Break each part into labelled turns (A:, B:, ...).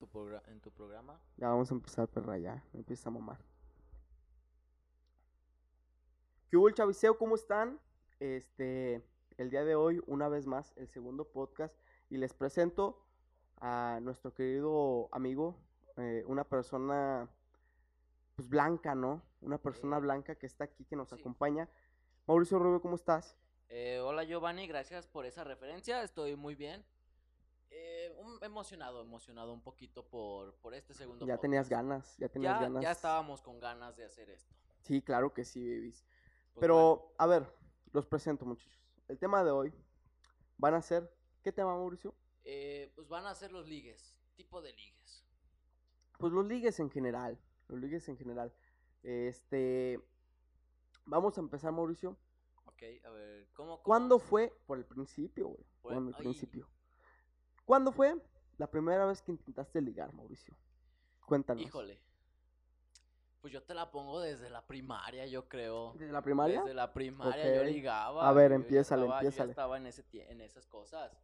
A: progra- en tu programa.
B: Ya vamos a empezar, perra, ya. Me empieza a mamar. ¿Qué hubo el chaviseo? ¿Cómo están? Este, el día de hoy, una vez más, el segundo podcast. Y les presento a nuestro querido amigo, eh, una persona, pues, blanca, ¿no? Una persona
A: Eh,
B: blanca que está aquí, que nos
A: sí.
B: acompaña. Mauricio Rubio, ¿cómo estás?
C: Eh, hola Giovanni, gracias por esa referencia, estoy muy bien. Eh, un- emocionado, emocionado un poquito por, por este segundo
B: Ya
C: podcast.
B: tenías ganas, ya tenías
C: Ya,
B: ganas.
C: ya estábamos con ganas de hacer esto.
B: Sí, claro que sí, babies.
C: Pues
B: Pero,
C: bueno,
B: a ver, los presento, muchachos. El tema de hoy van a ser. ¿Qué tema, Mauricio?
C: eh, pues van a ser los ligues, tipo de ligues.
B: Pues los ligues en general. Los ligues en general. Este. Vamos a empezar, Mauricio.
C: Ok, a ver, ¿cómo? cómo
B: ¿Cuándo
C: es?
B: fue? Por el principio, güey.
C: Por
B: Por
C: el-
B: el
C: ay.
B: principio. ¿Cuándo fue la primera vez que intentaste ligar, Mauricio? Cuéntanos.
C: Híjole. Pues yo te la pongo desde la primaria, yo creo.
B: ¿Desde la primaria?
C: Desde la primaria yo
B: Ok.
C: ligaba.
B: A ver,
C: yo ya
B: empiézale,
C: estaba- Yo
B: empiézale.
C: ya estaba en, ese, tie- en esas cosas.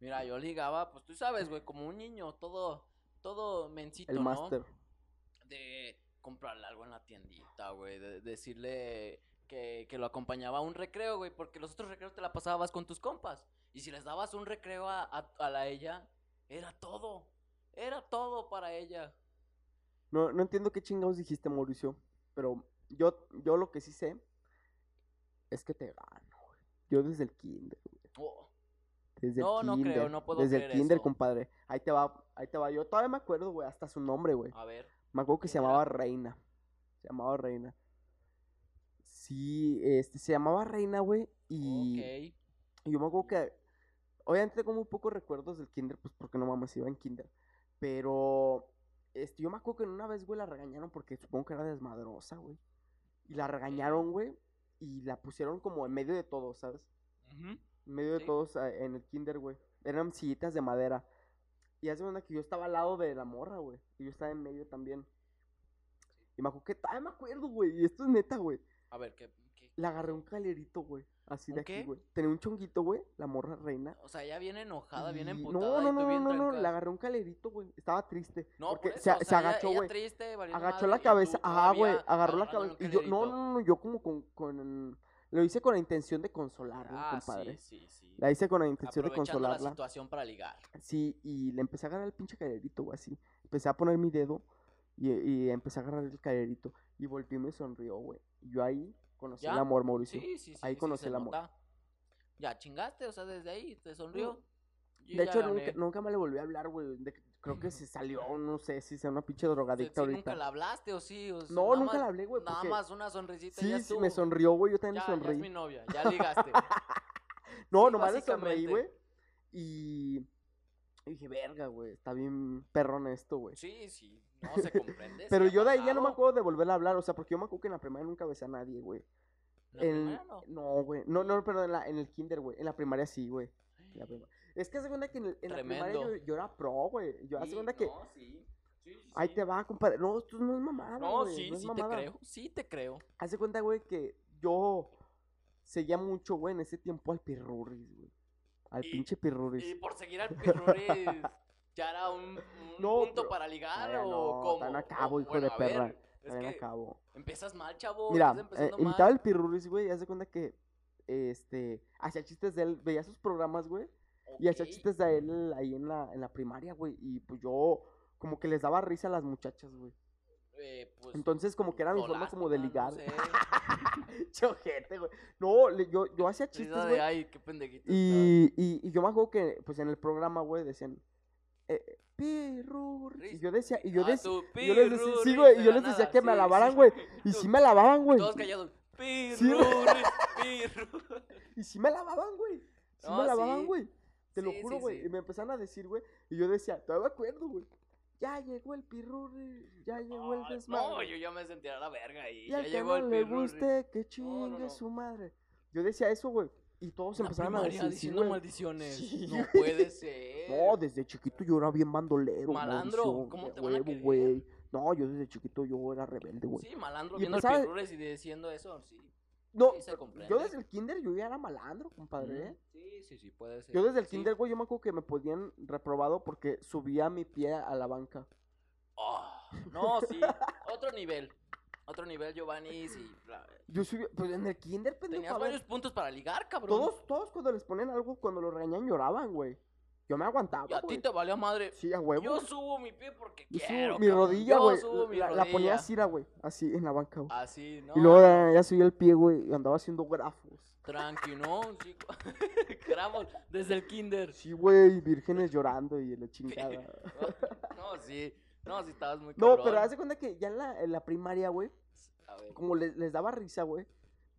C: Mira, yo ligaba, pues tú sabes, güey, como un niño, todo, todo mencito,
B: El
C: ¿no?
B: máster.
C: De comprarle algo en la tiendita, güey, de decirle que, que lo acompañaba a un recreo, güey, porque los otros recreos te la pasabas con tus compas. Y si les dabas un recreo a, a, a la ella, era todo. Era todo para ella.
B: No, no entiendo qué chingados dijiste, Mauricio. Pero yo, yo lo que sí sé es que te gano, güey. Yo desde el kinder, güey,
C: Oh,
B: Desde
C: No,
B: el
C: no creo,
B: kinder.
C: no puedo
B: Desde el
C: creer
B: kinder,
C: eso.
B: compadre. Ahí te va, ahí te va. Yo todavía me acuerdo, güey, hasta su nombre, güey.
C: a ver.
B: Me acuerdo que se
C: ¿Quién era?
B: llamaba Reina. Se llamaba Reina. Sí, este, se llamaba Reina, güey. Y
C: Ok.
B: y yo me acuerdo que. Obviamente tengo muy pocos recuerdos del kinder, pues porque no mames, iba en kinder. Pero. Este, yo me acuerdo que una vez, güey, la regañaron porque supongo que era desmadrosa, güey. Y la regañaron, güey. Y la pusieron como en medio de todos, ¿sabes?
C: Ujú.
B: En medio de
C: Sí.
B: todos a- en el kinder, güey. Eran sillitas de madera. Y hace cuenta que yo estaba al lado de la morra, güey. Y yo estaba en medio también. Y me acuerdo que. Ah, me acuerdo, güey. Y esto es neta, güey.
C: A ver, ¿qué, qué-
B: Le agarré un calerito, güey. Así
C: ¿Un
B: de aquí,
C: qué?
B: güey. Tenía un chonguito, güey. La morra reina.
C: O sea, ya viene enojada, viene
B: Y-
C: emputada.
B: Mm, No, no,
C: y tú
B: no,
C: bien
B: no, no,
C: trancas.
B: le agarré un calerito, güey. Estaba triste.
C: No,
B: porque
C: por eso,
B: se,
C: o
B: se
C: sea, ella-
B: agachó,
C: ella
B: güey.
C: triste, valiendo
B: Agachó
C: madre,
B: la
C: y tú
B: cabeza. Ajá,
C: todavía
B: güey. Agarró la
C: agarrándole
B: cabeza.
C: un
B: Y yo, no,
C: calerito.
B: no, no, yo como con. con lo hice con la intención de consolarla,
C: Ah,
B: compadre.
C: sí, sí, sí.
B: La hice con la intención de
C: Aprovechando la
B: consolarla.
C: situación para ligar.
B: Sí, y le empecé a agarrar el pinche calerito, güey, así. Empecé a poner mi dedo y, y empecé a agarrar el calerito. Y volteó y me sonrió, güey. Yo ahí conocí
C: ¿Ya?
B: el amor, Mauricio.
C: Sí, sí, sí.
B: ahí
C: sí,
B: conocí
C: se
B: el amor.
C: nota. Ya chingaste, o sea, desde ahí te sonrió. Yo
B: De
C: ya
B: hecho,
C: gané.
B: nunca, nunca me le volví a hablar, güey. de- Creo que se salió, no sé si sea una pinche drogadicta
C: Sí,
B: ahorita.
C: nunca la hablaste o sí. O sea,
B: No,
C: Pues, nada
B: nunca
C: más-
B: la hablé, güey.
C: Nada
B: porque-
C: más una sonrisita. y
B: Sí,
C: ya
B: sí, me
C: estuvo.
B: sonrió, güey. Yo también
C: Ya,
B: le
C: ya es
B: sonreí.
C: mi novia, ya ligaste.
B: No,
C: sí,
B: nomás le sonreí,
C: básicamente.
B: güey. Y... y dije, verga, güey. Está bien perrón esto, güey.
C: sí, sí, no se comprende.
B: Pero
C: sí ha
B: yo de ahí ya no me
C: pasado.
B: acuerdo de volverla a hablar. O sea, porque yo me acuerdo que en la primaria nunca besé a nadie, güey.
C: La
B: En-
C: primera no.
B: No, güey. No, no, perdón, en, la- en el kinder, güey. En la primaria sí, güey. en la prima- Es que hace cuenta que en, el- en la primaria yo,
C: Tremendo.
B: yo era pro, güey. Yo hace
C: Sí,
B: cuenta que.
C: no, sí. Sí, sí,
B: Ahí
C: sí.
B: te va, compadre. No, esto no es mamada.
C: No,
B: güey,
C: sí,
B: no es
C: sí
B: mamada.
C: te creo. Sí te creo.
B: Hace cuenta, güey, que yo seguía mucho, güey, en ese tiempo al Pirruris, güey. Al
C: Y-
B: pinche Pirruris.
C: Y pues, por seguir al Pirruris, ¿ya era un, un
B: No,
C: punto
B: pero-
C: para ligar
B: Todavía
C: o
B: no,
C: cómo?
B: todavía no
C: O-
B: acabo, hijo
C: bueno,
B: de
C: a ver,
B: perra,
C: es
B: También
C: que
B: acabo.
C: empiezas mal, chavo.
B: Mira,
C: estás
B: eh,
C: empezando mal.
B: invitaba al Pirruris, güey, y hace cuenta que. Este, hacía chistes de él, veía sus programas, güey, y hacía
C: Ok.
B: chistes de él ahí en la, en la primaria, güey, y pues yo como que les daba risa a las muchachas, güey.
C: Eh, pues,
B: Entonces, como que era mi
C: o
B: forma como de
C: lástima,
B: ligar.
C: no sé,
B: Chojete, güey. No, le- yo, yo hacía
C: risa
B: chistes,
C: de,
B: güey.
C: ay, qué pendejito.
B: Y, y, y yo me acuerdo que, pues, en el programa, güey, decían... Eh, Pirruris. Y yo decía... Y yo,
C: decía,
B: dec- yo les decía- sí, güey, y yo les decía que me alabaran, güey, y sí me alababan, güey.
C: Todos callados. Pirruris,
B: Sí,
C: pirruris.
B: Y sí me alababan, güey. Sí
C: No,
B: me alababan,
C: sí.
B: güey. Te lo
C: Sí,
B: juro,
C: sí,
B: güey.
C: sí.
B: Y me empezaron a decir, güey. Y yo decía, todavía me acuerdo, güey. Ya llegó el Pirruris. Ya llegó el
C: Ay,
B: desmadre.
C: Ah, No, yo ya me sentía a la verga ahí.
B: Y
C: ya
B: al que
C: llegó
B: no
C: el
B: le
C: pirruris.
B: guste, que chingue
C: No, no, no.
B: su madre. Yo decía eso, güey. Y todos
C: La
B: empezaron a
C: primaria
B: decir, sí,
C: diciendo
B: güey.
C: maldiciones.
B: Sí,
C: no
B: güey.
C: puede ser.
B: No, desde chiquito yo era bien bandolero.
C: Malandro,
B: Mauricio,
C: ¿cómo
B: de
C: te van a
B: huevo,
C: querer?
B: güey. No, yo desde chiquito yo era rebelde, güey.
C: Sí, malandro
B: Y
C: viendo al
B: empezaba-
C: pirruris y diciendo eso, sí.
B: No,
C: Sí, se comprende.
B: yo desde el kinder yo ya era malandro, compadre. ¿eh?
C: Ujú. Sí, sí, sí, puede ser.
B: Yo desde el
C: Sí.
B: kinder, güey, yo me acuerdo que me podían reprobado porque subía mi pie a la banca.
C: Ah, no, sí. Otro nivel. Otro nivel, Giovanni. Sí. la-
B: Yo subía, pues en el kinder, pendejo.
C: Tenías
B: a ver,
C: varios puntos para ligar, cabrón.
B: todos, todos cuando les ponían algo, cuando lo regañaban lloraban, güey. Yo me aguantaba,
C: Y a ti
B: güey.
C: te valía madre.
B: Sí, a huevo.
C: Yo subo mi pie porque
B: Yo subo
C: quiero.
B: mi
C: cabrón.
B: rodilla,
C: Yo
B: güey.
C: subo mi
B: La, la ponía
C: rodilla.
B: así, era, güey. Así en la banca, güey.
C: Así, ¿no?
B: y luego ya, ya subía el pie, güey, y andaba haciendo grafos.
C: Tranqui, ¿no? Sí, grabo desde el kinder.
B: Sí, güey, vírgenes llorando y la chingada.
C: No, sí. No, sí, estabas muy
B: No,
C: cabrón.
B: pero hace cuenta que ya en la, en la primaria, güey,
C: A ver.
B: como les, les daba risa, güey.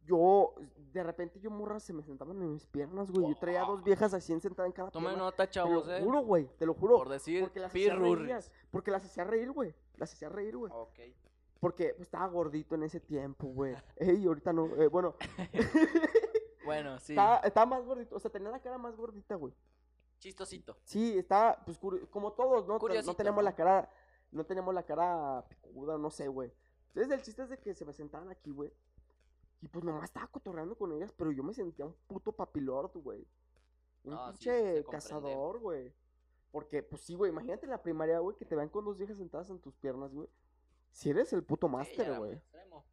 B: Yo, de repente, yo morra se me sentaban en mis piernas, güey. Yo traía dos viejas así sentadas en cada
C: Tomen
B: pierna.
C: nota, chavos,
B: te lo
C: eh.
B: juro, güey, te lo juro.
C: Por decir
B: porque las hacía reír,
C: pirrurris.
B: porque las hacía reír, güey. Las hacía reír, güey.
C: Ok.
B: Porque pues, estaba gordito en ese tiempo, güey. Ey, ahorita no. eh, bueno,
C: Bueno, sí.
B: estaba, estaba más gordito. O sea, tenía la cara más gordita, güey.
C: Chistosito.
B: Sí, estaba, pues, curi- como todos, ¿no? Te-
C: Curiosito,
B: No tenemos
C: ¿no?
B: la cara, no tenemos la cara picuda, no sé, güey. Entonces, el chiste es de que se me sentaban aquí, güey. Y pues nomás estaba cotorreando con ellas, pero yo me sentía un puto papilord, güey. Un
C: Ah, sí, sí,
B: pinche
C: se comprende.
B: cazador, güey. Porque, pues sí, güey, imagínate en la primaria, güey, que te vean con dos viejas sentadas en tus piernas, güey. Si eres el puto
C: Sí, ya
B: máster,
C: era
B: güey.
C: extremo.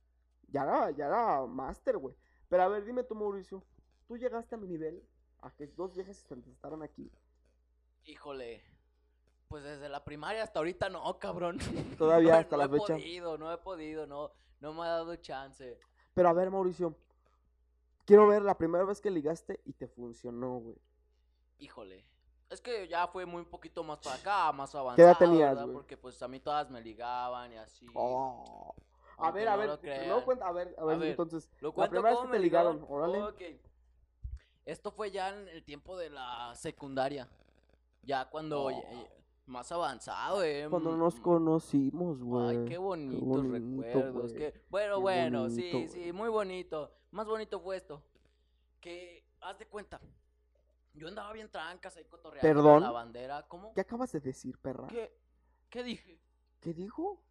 B: Ya era, ya era máster, güey. Pero a ver, dime tú, Mauricio. Tú llegaste a mi nivel, a que dos viejas se sentaran aquí.
C: Híjole. Pues desde la primaria hasta ahorita no, cabrón.
B: Todavía
C: No,
B: hasta la fecha.
C: No he podido, no he podido, no, no me ha dado chance.
B: Pero a ver, Mauricio. Quiero ver la primera vez que ligaste y te funcionó, güey.
C: Híjole. Es que ya fue muy poquito más para acá, más avanzado.
B: tenías,
C: ¿verdad?
B: güey?
C: Porque pues a mí todas me ligaban y así.
B: Oh. A
C: Aunque
B: ver, a
C: no
B: ver.
C: lo
B: primero
C: crean.
B: cuenta, a ver, a ver,
C: ver.
B: entonces.
C: Lo
B: La
C: cuento
B: primera vez
C: cómo
B: que
C: me
B: te ligaron, órale.
C: Ok. Esto fue ya en el tiempo de la secundaria. Ya cuando
B: Oh.
C: ye- más avanzado, eh.
B: Cuando
C: mm,
B: nos conocimos, güey.
C: Ay, qué bonitos
B: bonito,
C: recuerdos.
B: güey.
C: qué- Bueno,
B: Qué
C: bueno, sí,
B: bonito, güey.
C: sí, muy bonito. Más bonito fue esto. Que, haz de cuenta, yo andaba bien trancas ahí cotorreando. con
B: ¿Perdón?
C: La bandera, ¿cómo?
B: ¿Qué acabas de decir, perra? ¿Qué,
C: ¿Qué, qué dije?
B: dijo?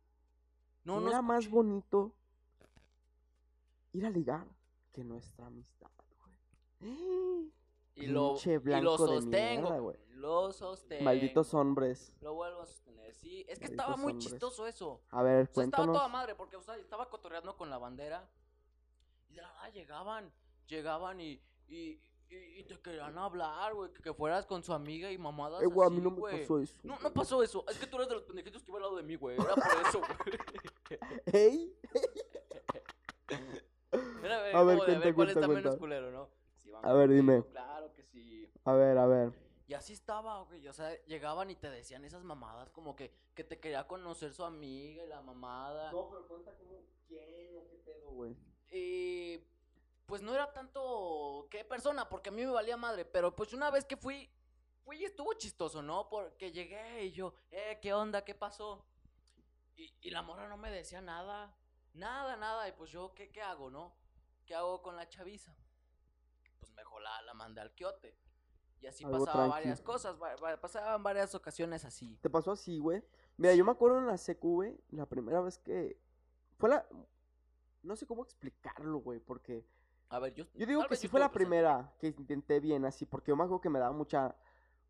C: No,
B: Que
C: no.
B: Era más
C: escuché.
B: bonito ir a ligar que nuestra amistad, güey.
C: Y lo,
B: pinche
C: y lo
B: blanco de
C: sostengo.
B: mierda, güey.
C: lo sostengo.
B: Malditos hombres.
C: Lo vuelvo a sostener. Sí, es que
B: Malditos
C: estaba muy
B: hombres.
C: chistoso eso.
B: A
C: O
B: ver,
C: sea, estaba
B: cuéntanos.
C: toda madre porque o sea, estaba cotorreando con la bandera y de la nada llegaban, llegaban y, y, y- y te querían hablar, güey, que, que fueras con su amiga y mamadas
B: Eh, güey, a
C: así,
B: mí no me
C: güey.
B: pasó eso.
C: No, no pasó eso. Es que tú eres de los pendejitos que iba al lado de mí, güey. Era por eso, güey.
B: ¡Ey!
C: Era eh,
B: A
C: como
B: ver,
C: de
B: cuenta,
C: cuál
B: cuenta,
C: está menos
B: cuenta.
C: culero, ¿no? Sí, va,
B: A ver, dime.
C: Claro que sí.
B: A ver, a ver.
C: Y así estaba, güey. O sea, llegaban y te decían esas mamadas como que, que te quería conocer su amiga y la mamada.
B: No, pero cuenta como quién o qué pedo, güey.
C: eh, pues no era tanto qué persona, porque a mí me valía madre, pero pues una vez que fui, fui y estuvo chistoso, ¿no? Porque llegué y yo, eh, ¿qué onda? ¿Qué pasó? Y, y la morra no me decía nada, nada, nada, y pues yo, ¿qué, qué hago, no? ¿Qué hago con la chaviza? Pues mejor la, la mandé al quiote. Y así
B: Algo
C: pasaba
B: tranqui.
C: varias cosas, va- va- pasaban varias ocasiones así.
B: ¿Te pasó así, güey? Mira, yo me acuerdo en la secu, güey, la primera vez que. Fue la. No sé cómo explicarlo, güey, porque.
C: A ver, yo...
B: Yo digo
C: tal
B: que
C: vez
B: sí
C: yo
B: fue la
C: tuve presente.
B: primera que intenté bien así, porque yo me acuerdo que me daba mucha.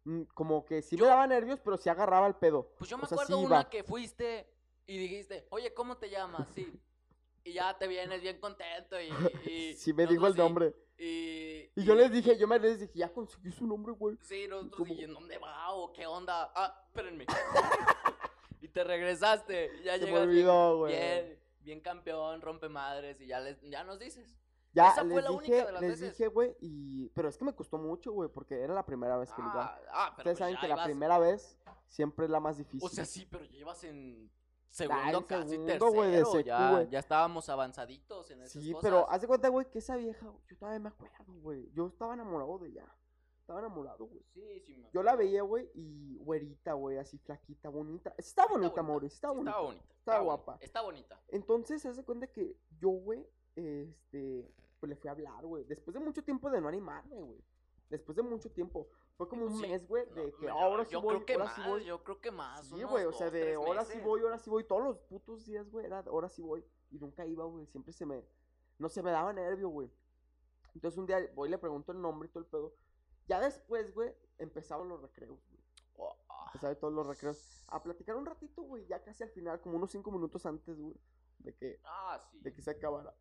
B: mm, Como que sí
C: Yo-
B: me daba nervios, pero sí agarraba el pedo.
C: Pues yo me
B: O sea,
C: acuerdo
B: sí
C: una
B: iba.
C: que fuiste y dijiste, oye, ¿cómo te llamas? Sí. Y ya te vienes bien contento y... y
B: Sí me dijo
C: nosotros
B: el
C: sí,
B: nombre.
C: Y,
B: Y yo les dije, yo me les dije, ya conseguí su nombre, güey.
C: Sí, nosotros
B: ¿Cómo?
C: dijimos, ¿dónde va? ¿O qué onda? Ah, espérenme. y te regresaste. Y ya
B: Se
C: llegas
B: me
C: bien,
B: olvidó, güey.
C: bien, bien campeón, rompe madres y ya, les, ya nos dices.
B: Ya
C: Esa
B: les
C: fue la
B: dije,
C: única de las
B: les
C: veces.
B: dije, güey, y pero es que me costó mucho, güey, porque era la primera vez que ligaba.
C: Ah, ah, pero pues
B: Ustedes saben
C: ya
B: que la
C: ibas-
B: primera vez siempre es la más difícil.
C: O sea, sí, pero ya ibas en segundo,
B: en
C: casi
B: segundo, güey, de
C: tercero.
B: secu,
C: ya,
B: güey.
C: ya estábamos avanzaditos en esas
B: sí,
C: cosas.
B: pero haz de cuenta, güey, que esa vieja, yo todavía me acuerdo, güey. Yo estaba enamorado de ella. Estaba enamorado, güey.
C: Sí, sí, me
B: Yo la veía, güey, y güerita, güey, así flaquita, bonita. Está bonita,
C: bonita,
B: Mauricio, está
C: Sí,
B: bonita.
C: Está bonita.
B: Está
C: boni-
B: guapa.
C: Está bonita.
B: Entonces, haz de cuenta que yo, güey, este, pues le fui a hablar, güey. Después de mucho tiempo de no animarme, güey. Después de mucho tiempo. Fue como un
C: Pues Sí,
B: mes, güey,
C: No,
B: de que
C: mira,
B: ahora sí
C: yo
B: voy,
C: creo que
B: ahora
C: más,
B: sí voy.
C: Yo creo que más.
B: Sí,
C: unos
B: güey, o sea,
C: dos,
B: de
C: tres
B: ahora sí
C: meses.
B: voy, ahora sí voy, todos los putos días, güey, era ahora sí voy. Y nunca iba, güey, siempre se me... No se me daba nervio, güey. Entonces un día voy y le pregunto el nombre y todo el pedo. Ya después, güey, empezaban los recreos, güey. Empezaba todos los recreos. A platicar un ratito, güey, ya casi al final, como unos cinco minutos antes, güey, de que,
C: Ah, sí.
B: de que se acabara.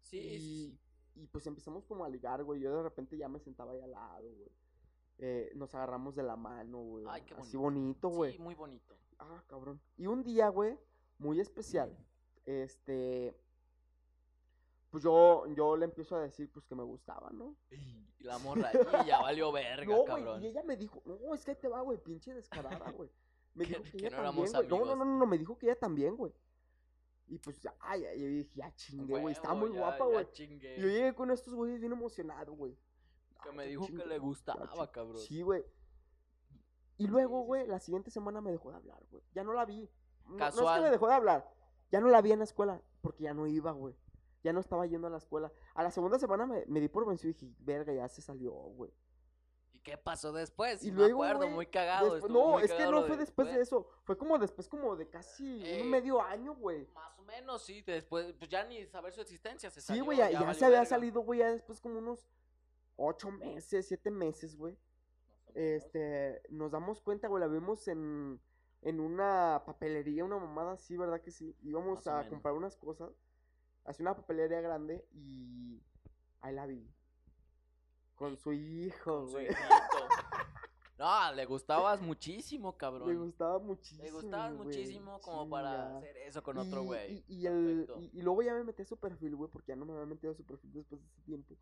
C: Sí, sí,
B: y,
C: sí.
B: y, pues empezamos como a ligar, güey. Yo de repente ya me sentaba ahí al lado, güey. Eh, nos agarramos de la mano, güey.
C: Ay, qué
B: Así bonito, güey.
C: Sí, muy bonito.
B: Ah, cabrón. Y un día, güey, muy especial. Este. Pues yo, yo le empiezo a decir, pues que me gustaba, ¿no?
C: Y la morra y ya valió verga,
B: no,
C: cabrón.
B: güey. Y ella me dijo, no, es que ahí te va, güey, pinche descarada, güey. Me
C: Que-
B: dijo que,
C: que
B: ella
C: no
B: también,
C: éramos
B: güey. No, no,
C: amigos.
B: no, no, me dijo que ella también, güey. Y pues, ya, ay, ay, yo dije, ya chingue, güey. Está
C: Huevo,
B: muy
C: ya-
B: guapa,
C: ya
B: güey.
C: chingué.
B: Y yo llegué con estos güeyes bien emocionado, güey.
C: Que
B: Ah,
C: me
B: ya
C: dijo que
B: chingué,
C: le
B: ya
C: gustaba,
B: chingué.
C: cabrón.
B: Sí, güey. Y luego,
C: sí, sí.
B: güey, la siguiente semana me dejó de hablar, güey. Ya no la vi. No- No, es
C: Casual.
B: que me dejó de hablar. Ya no la vi en la escuela, porque ya no iba, güey. Ya no estaba yendo a la escuela. A la segunda semana me, me di por vencido y dije, verga, ya se salió, güey.
C: ¿Y qué pasó después?
B: Y
C: me
B: luego,
C: acuerdo,
B: güey,
C: muy cagado.
B: Despu-
C: estuvo
B: No,
C: muy
B: es que
C: cagado
B: no
C: lo
B: fue
C: de
B: después de eso. Fue como después como de casi
C: Eh,
B: un medio año, güey.
C: Más o menos, sí. Después, pues ya ni saber su existencia se
B: Sí,
C: salió,
B: güey, ya, ya
C: valió
B: se había
C: verga.
B: salido, güey, ya después como unos ocho meses, siete meses, güey.
C: Más o menos.
B: Este, nos damos cuenta, güey, la vimos en, en una papelería, una mamada así, ¿verdad que sí? Íbamos
C: Más o
B: a
C: menos.
B: comprar unas cosas, hacia una papelería grande y ahí la vi. Con su hijo,
C: Con su
B: güey.
C: hijito. No, le gustabas muchísimo, cabrón.
B: Le gustaba muchísimo.
C: Le gustabas
B: güey,
C: muchísimo como para
B: chinga.
C: hacer eso con otro
B: Y-
C: güey.
B: Y, y el,
C: Perfecto.
B: y, y luego ya me metí a su perfil, güey, porque ya no me había metido a su perfil después de ese tiempo.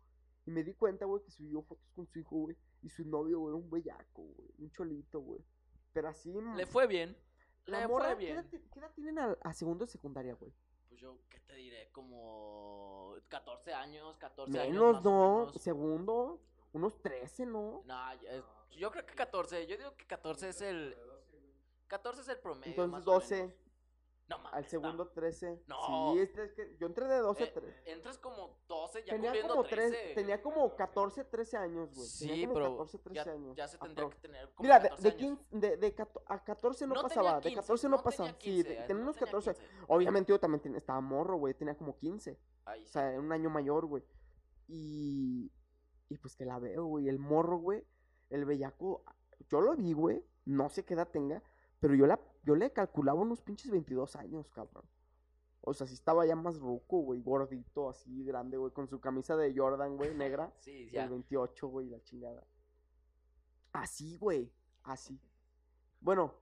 B: Y me di cuenta, güey, que subió fotos con su hijo, güey. Y su novio, güey, era un bellaco, güey. Un cholito, güey. Pero así. mm,
C: Le fue bien.
B: la
C: Le
B: morra,
C: fue
B: ¿qué
C: bien.
B: edad ti- ¿Qué edad tienen a, a segundo de secundaria, güey?
C: Pues yo, ¿qué te diré? Como 14 años, 14 años.
B: Menos,
C: más o
B: ¿no?
C: menos.
B: Segundo, unos 13, ¿no?
C: No, ya es- yo creo que 14. Yo digo que 14 es el. 14 es el promedio.
B: Entonces
C: más o menos.
B: 12,
C: No mames.
B: al
C: está-
B: segundo 13.
C: No.
B: Sí, este es que yo entré de 12 a
C: Eh,
B: 13.
C: Entras como 12, ya
B: Tenía
C: cumpliendo
B: como,
C: 13.
B: tres- tenía como 14, 13 años, güey.
C: Sí,
B: tenía como
C: pero
B: 14, 13
C: ya,
B: años.
C: ya se tendría
B: aprox.
C: que tener como
B: Mira, de,
C: 14
B: de,
C: años.
B: 15 de, de cato- a 14 no,
C: tenía
B: pasaba,
C: 15,
B: de 14 no,
C: tenía
B: pasaba. sí,
C: 15,
B: de-
C: eh,
B: tenía
C: no
B: unos
C: tenía
B: 14.
C: 15.
B: Obviamente yo también ten- estaba morro, güey, tenía como 15.
C: Ahí
B: O
C: sí.
B: sea, era un año mayor, güey. Y, y pues que la veo, güey, el morro, güey, el bellaco, yo lo vi, güey, no sé qué edad tenga, pero yo, la, yo le calculaba unos pinches 22 años, cabrón. O sea, si estaba ya más ruco, güey, gordito, así, grande, güey, con su camisa de Jordan, güey, negra.
C: Sí,
B: El
C: ya.
B: 28, güey, la chingada. Así, güey. Así. Bueno,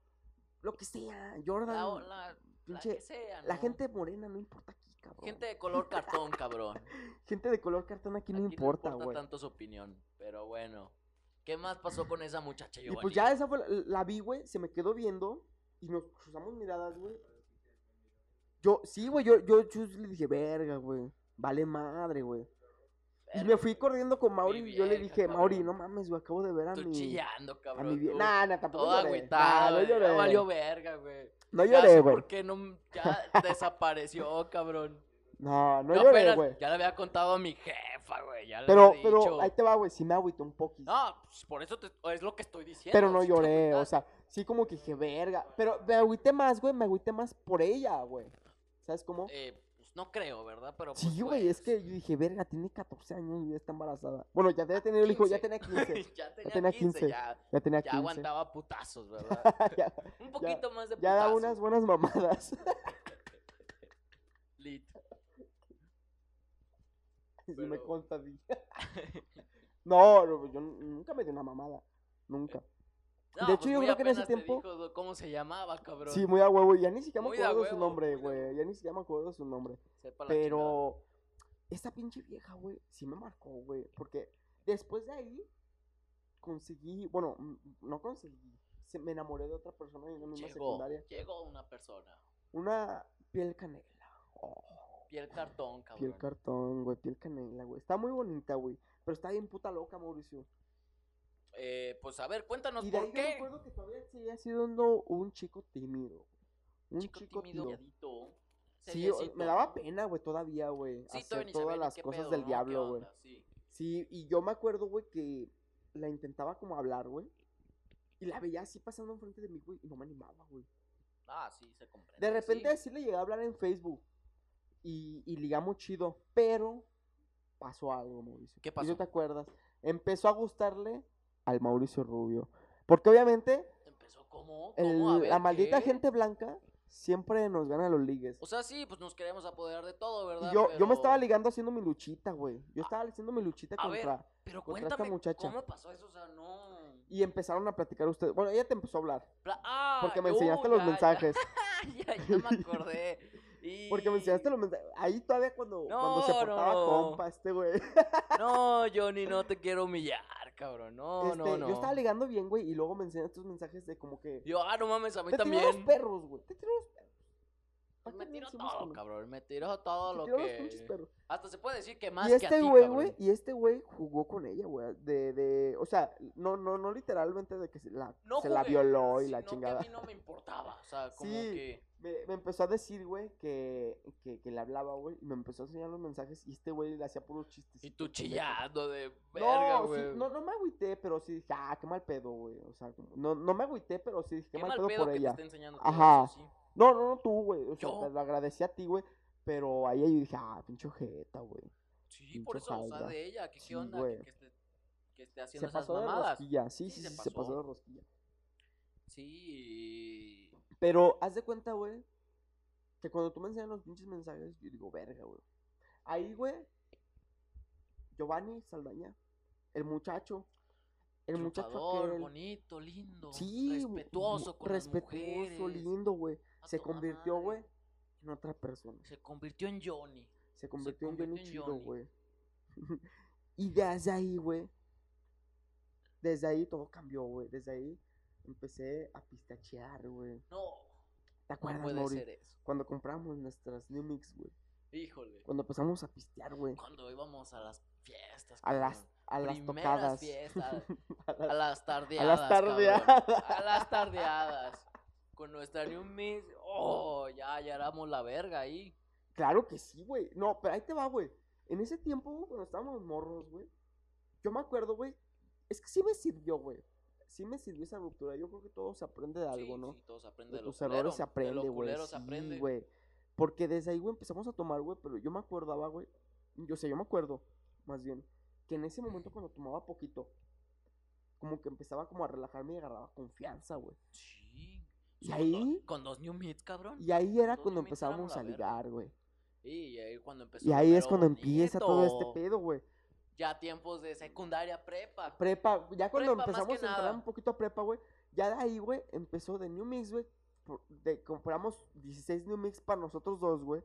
B: lo que sea, Jordan.
C: La,
B: La,
C: la, la
B: pinche-
C: que sea, ¿no?
B: gente morena no importa aquí, cabrón.
C: Gente
B: Gente,
C: de color cartón, cabrón.
B: de color cartón aquí, no
C: Aquí
B: importa, güey.
C: tanto su opinión, pero bueno. ¿Qué más pasó con esa muchacha,
B: y
C: Giovanni?
B: pues ya esa fue la, la vi, güey. Se me quedó viendo y nos cruzamos miradas, güey. Yo, sí, güey, yo, yo, yo le dije, verga, güey. Vale madre, güey. Y me fui corriendo con Mauri y yo le
C: vieja,
B: dije, Mauri,
C: cabrón.
B: no mames, güey, acabo de ver a
C: Tú
B: mi.
C: chillando,
B: A
C: cabrón.
B: mi
C: tú.
B: vieja. Nah, nah, tampoco.
C: Todo
B: lloré.
C: agüitado,
B: Nah, no
C: güey, ya
B: lloré.
C: valió verga, güey.
B: No
C: Ya sé
B: lloré, güey.
C: por qué no, ya desapareció, cabrón.
B: No, no
C: Yo
B: lloré,
C: apenas-
B: güey.
C: ya le había contado a mi jefa, güey. Ya le
B: Pero,
C: había dicho.
B: pero ahí te va, güey. Sí me agüité un poquito.
C: No, pues, por eso te- es lo que estoy diciendo.
B: pero no
C: sí te
B: lloré, o
C: agüitaste.
B: sea, sí como que dije, verga. Pero me agüité más, güey. Me agüité más por ella, güey. ¿Sabes cómo?
C: Eh, pues no creo, ¿verdad? Pero pues,
B: Sí, güey, es que yo dije, verga, tiene 14 años y ya está embarazada. Bueno, ya tenía tenido el hijo, ya
C: 15.
B: tenía 15.
C: pues, ya tenía,
B: tenía
C: 15,
B: 15,
C: ya,
B: Ya tenía
C: ya
B: 15.
C: aguantaba putazos, ¿verdad?
B: ya,
C: Un poquito más de
B: ya
C: putazos.
B: daba unas buenas mamadas.
C: Lit.
B: Sí me
C: Pero-
B: consta, sí. no, no, yo nunca me di una mamada. Nunca.
C: No,
B: De hecho,
C: pues
B: yo
C: muy
B: creo que en ese
C: apenas te
B: tiempo-
C: dijo do- ¿Cómo se llamaba, cabrón?
B: Sí, muy a huevo. y Ya ni siquiera me
C: Muy de a
B: acuerdo de su
C: huevo,
B: nombre,
C: muy de
B: güey.
C: huevo.
B: Ya ni siquiera me acuerdo de su nombre.
C: Sepa la chingada.
B: Pero esa pinche vieja, güey, sí me marcó, güey. Porque después de ahí conseguí, bueno, m- no conseguí. se- me enamoré de otra persona en la misma
C: llegó,
B: secundaria.
C: llegó una persona.
B: Una piel canela. Oh,
C: Piel cartón, cabrón.
B: piel cartón, güey, piel canela, güey. Está muy bonita, güey. Pero está bien puta loca, Mauricio.
C: Eh, pues a ver, cuéntanos
B: y de ahí
C: por
B: yo me
C: qué.
B: acuerdo que todavía seguía siendo un chico tímido. Un chico, tímido.
C: calladito,
B: Sí, o-
C: seriecito,
B: me daba
C: ¿no?
B: pena, güey, todavía, güey.
C: Sí,
B: hacer
C: todavía ni
B: todas
C: sabía ni
B: las
C: qué
B: cosas
C: pedo,
B: del
C: ¿no? ¿Qué
B: diablo, güey.
C: onda? Sí.
B: Sí, y yo me acuerdo, güey, que la intentaba como hablar, güey. Y la veía así pasando enfrente de mí, güey, y no me animaba, güey.
C: Ah, sí, se comprende.
B: De repente
C: sí.
B: así le llegué a hablar en Facebook. y, y ligamos chido, pero pasó algo, Mauricio.
C: ¿Qué
B: Y
C: pasó?
B: no te acuerdas. Empezó a gustarle al Mauricio Rubio. Porque obviamente
C: Empezó como.
B: el-
C: ¿Cómo? A ver,
B: la maldita
C: ¿qué?
B: gente blanca siempre nos gana los ligues.
C: O sea, sí, pues nos queremos apoderar de todo,
B: Y
C: ¿verdad?
B: yo, yo me estaba
C: Pero-
B: ligando haciendo mi luchita, güey. Yo
C: A-
B: estaba haciendo mi luchita
C: a ver.
B: contra.
C: Pero
B: contra esta
C: cuéntame,
B: muchacha.
C: ¿cómo pasó eso? O sea, no.
B: Y empezaron a platicar ustedes. Bueno, ella te empezó a hablar.
C: Pla- ah,
B: Porque me
C: uh,
B: enseñaste
C: ya,
B: los
C: ya.
B: mensajes.
C: Ya, ya me acordé. Y...
B: Porque me enseñaste los mensajes. Ahí todavía cuando, cuando se
C: No,
B: portaba
C: no.
B: compa este güey.
C: No, Johnny, no te quiero humillar, cabrón. No, no,
B: Este,
C: no.
B: Yo estaba ligando bien, güey, y luego me enseñaste tus mensajes de como que.
C: Yo, ah, no mames, a mí
B: te tiró los
C: también.
B: perros, güey. Te tiró los perros. ¿Pa'
C: Pues Me
B: qué
C: tiró
B: mencionas
C: todo,
B: cuando-
C: cabrón. Me tiró todo
B: te
C: lo
B: tiró los pinches
C: que.
B: perros.
C: Hasta se puede decir que más
B: Y
C: que a
B: este
C: ti,
B: güey,
C: cabrón.
B: güey, y este güey jugó con ella, güey, de, de, o sea, no, no, no literalmente de que se la,
C: No
B: se la
C: jugué,
B: violó y la
C: sino
B: chingada.
C: Que a mí no me importaba. O sea, como
B: Sí.
C: que.
B: Me, me empezó a decir, güey, que, que, que le hablaba, güey, y me empezó a enseñar los mensajes y este güey le hacía puros chistes.
C: Y tú chillando de verga,
B: No, sí,
C: güey.
B: no, no me agüité, pero sí dije, ah, qué mal pedo, güey. O sea, como- no, no me agüité, pero sí dije, qué,
C: Qué mal pedo,
B: por
C: que
B: ella.
C: te esté enseñando. todo
B: Ajá.
C: eso, sí.
B: No, no, no tú, güey. O sea,
C: Yo.
B: te lo agradecí a ti, güey. Pero ahí yo dije, ah, pinche jeta, güey.
C: Sí, por
B: Pinche
C: eso, o sea,
B: jaiba.
C: de ella, que
B: Sí,
C: qué onda,
B: güey.
C: que, que esté, que esté haciendo
B: Se
C: esas
B: pasó de
C: mamadas.
B: rosquilla. Sí,
C: Sí,
B: sí,
C: se
B: sí, se pasó
C: pasó.
B: de rosquilla.
C: Sí.
B: Pero haz de cuenta, güey, que cuando tú me enseñas los pinches mensajes, yo digo, verga, güey. Ahí, güey, Giovanni Saldaña, el muchacho, el muchacho
C: Triunfador,
B: aquel,
C: bonito, lindo,
B: sí, güey,
C: respetuoso
B: mu-
C: con las
B: respetuoso,
C: mujeres.
B: lindo, güey,
C: a
B: se
C: toda
B: convirtió,
C: madre.
B: güey, en otra persona,
C: Se convirtió en Johnny.
B: se convirtió en
C: convirtió
B: Johnny
C: en
B: Chido,
C: Johnny.
B: güey. y desde ahí, güey, desde ahí todo cambió, güey, desde ahí empecé a pistachear, güey.
C: No,
B: ¿Te
C: no
B: acuerdas,
C: puede
B: Mauri?
C: ser eso.
B: Cuando compramos nuestras New Mix, güey.
C: Híjole.
B: Cuando empezamos a pistear, güey.
C: Cuando íbamos a las fiestas.
B: A las,
C: cabrón.
B: a las
C: Primeras
B: tocadas.
C: fiestas.
B: A
C: A
B: las-
C: las
B: a
C: tardeadas.
B: las
C: cabrón.
B: tardeadas.
C: A las tardeadas. Con nuestra New Miss. Oh, ya, ya éramos la verga ahí.
B: Claro que sí, güey. No, pero ahí te va, güey. En ese tiempo, cuando estábamos morros, güey. Yo me acuerdo, güey. Es que sí me sirvió, güey. Sí me sirvió esa ruptura. Yo creo que todo se aprende de algo,
C: sí,
B: ¿no?
C: Sí, todo se aprende
B: de
C: de lo
B: tus
C: culero,
B: errores se
C: de lo
B: aprende, güey.
C: culero se aprende.
B: Sí, güey. Porque desde ahí, güey, empezamos a tomar, güey. Pero yo me acordaba, güey. Yo sé, yo me acuerdo, más bien, que en ese momento cuando tomaba poquito, como que empezaba como a relajarme y agarraba confianza, güey.
C: Sí.
B: Y
C: Con
B: ahí-
C: do- Con dos New Meets, cabrón.
B: Y ahí era
C: Nosotros
B: cuando
C: también éramos
B: empezábamos
C: la
B: a
C: verga.
B: ligar, güey.
C: Y ahí cuando empezó.
B: Y
C: lo
B: ahí es
C: mero
B: cuando empieza todo este
C: bonito.
B: pedo, güey.
C: Ya tiempos de secundaria prepa.
B: Prepa, ya cuando
C: Prepa, más que
B: empezamos a entrar
C: nada.
B: un poquito a prepa, güey, ya de ahí, güey, empezó de New Mix, güey. por- de- Compramos 16 New Mix para nosotros dos, güey.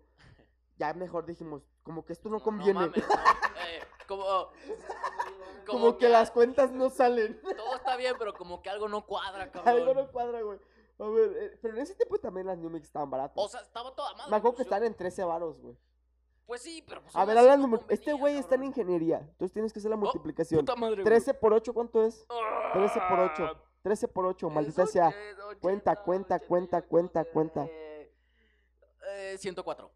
B: Ya mejor dijimos, como que esto no conviene.
C: mames, no, eh, como, como
B: como, que, las cuentas no salen.
C: Todo está bien, pero como que algo no cuadra, cabrón.
B: Algo no cuadra, güey. A ver, eh, pero en ese tiempo también las New Mix estaban baratas.
C: O sea, estaba toda madre.
B: Me acuerdo que
C: pues, yo-
B: están en 13 varos, güey.
C: Pues sí, pero. Pues,
B: A
C: aún
B: ver,
C: así
B: hablan
C: no
B: de mu- Este
C: convenía,
B: güey está en
C: cabrón. Oh,
B: ingeniería. Entonces tienes que hacer la multiplicación.
C: Puta madre, güey. Ah,
B: 13 por 8, ¿cuánto es? 13 por 8. 13 por 8,
C: Es
B: maldita sea.
C: ocho-
B: Cuenta,
C: ochenta,
B: cuenta,
C: ochenta y
B: cuenta,
C: ocho,
B: cuenta,
C: eh,
B: cuenta.
C: Eh, 104.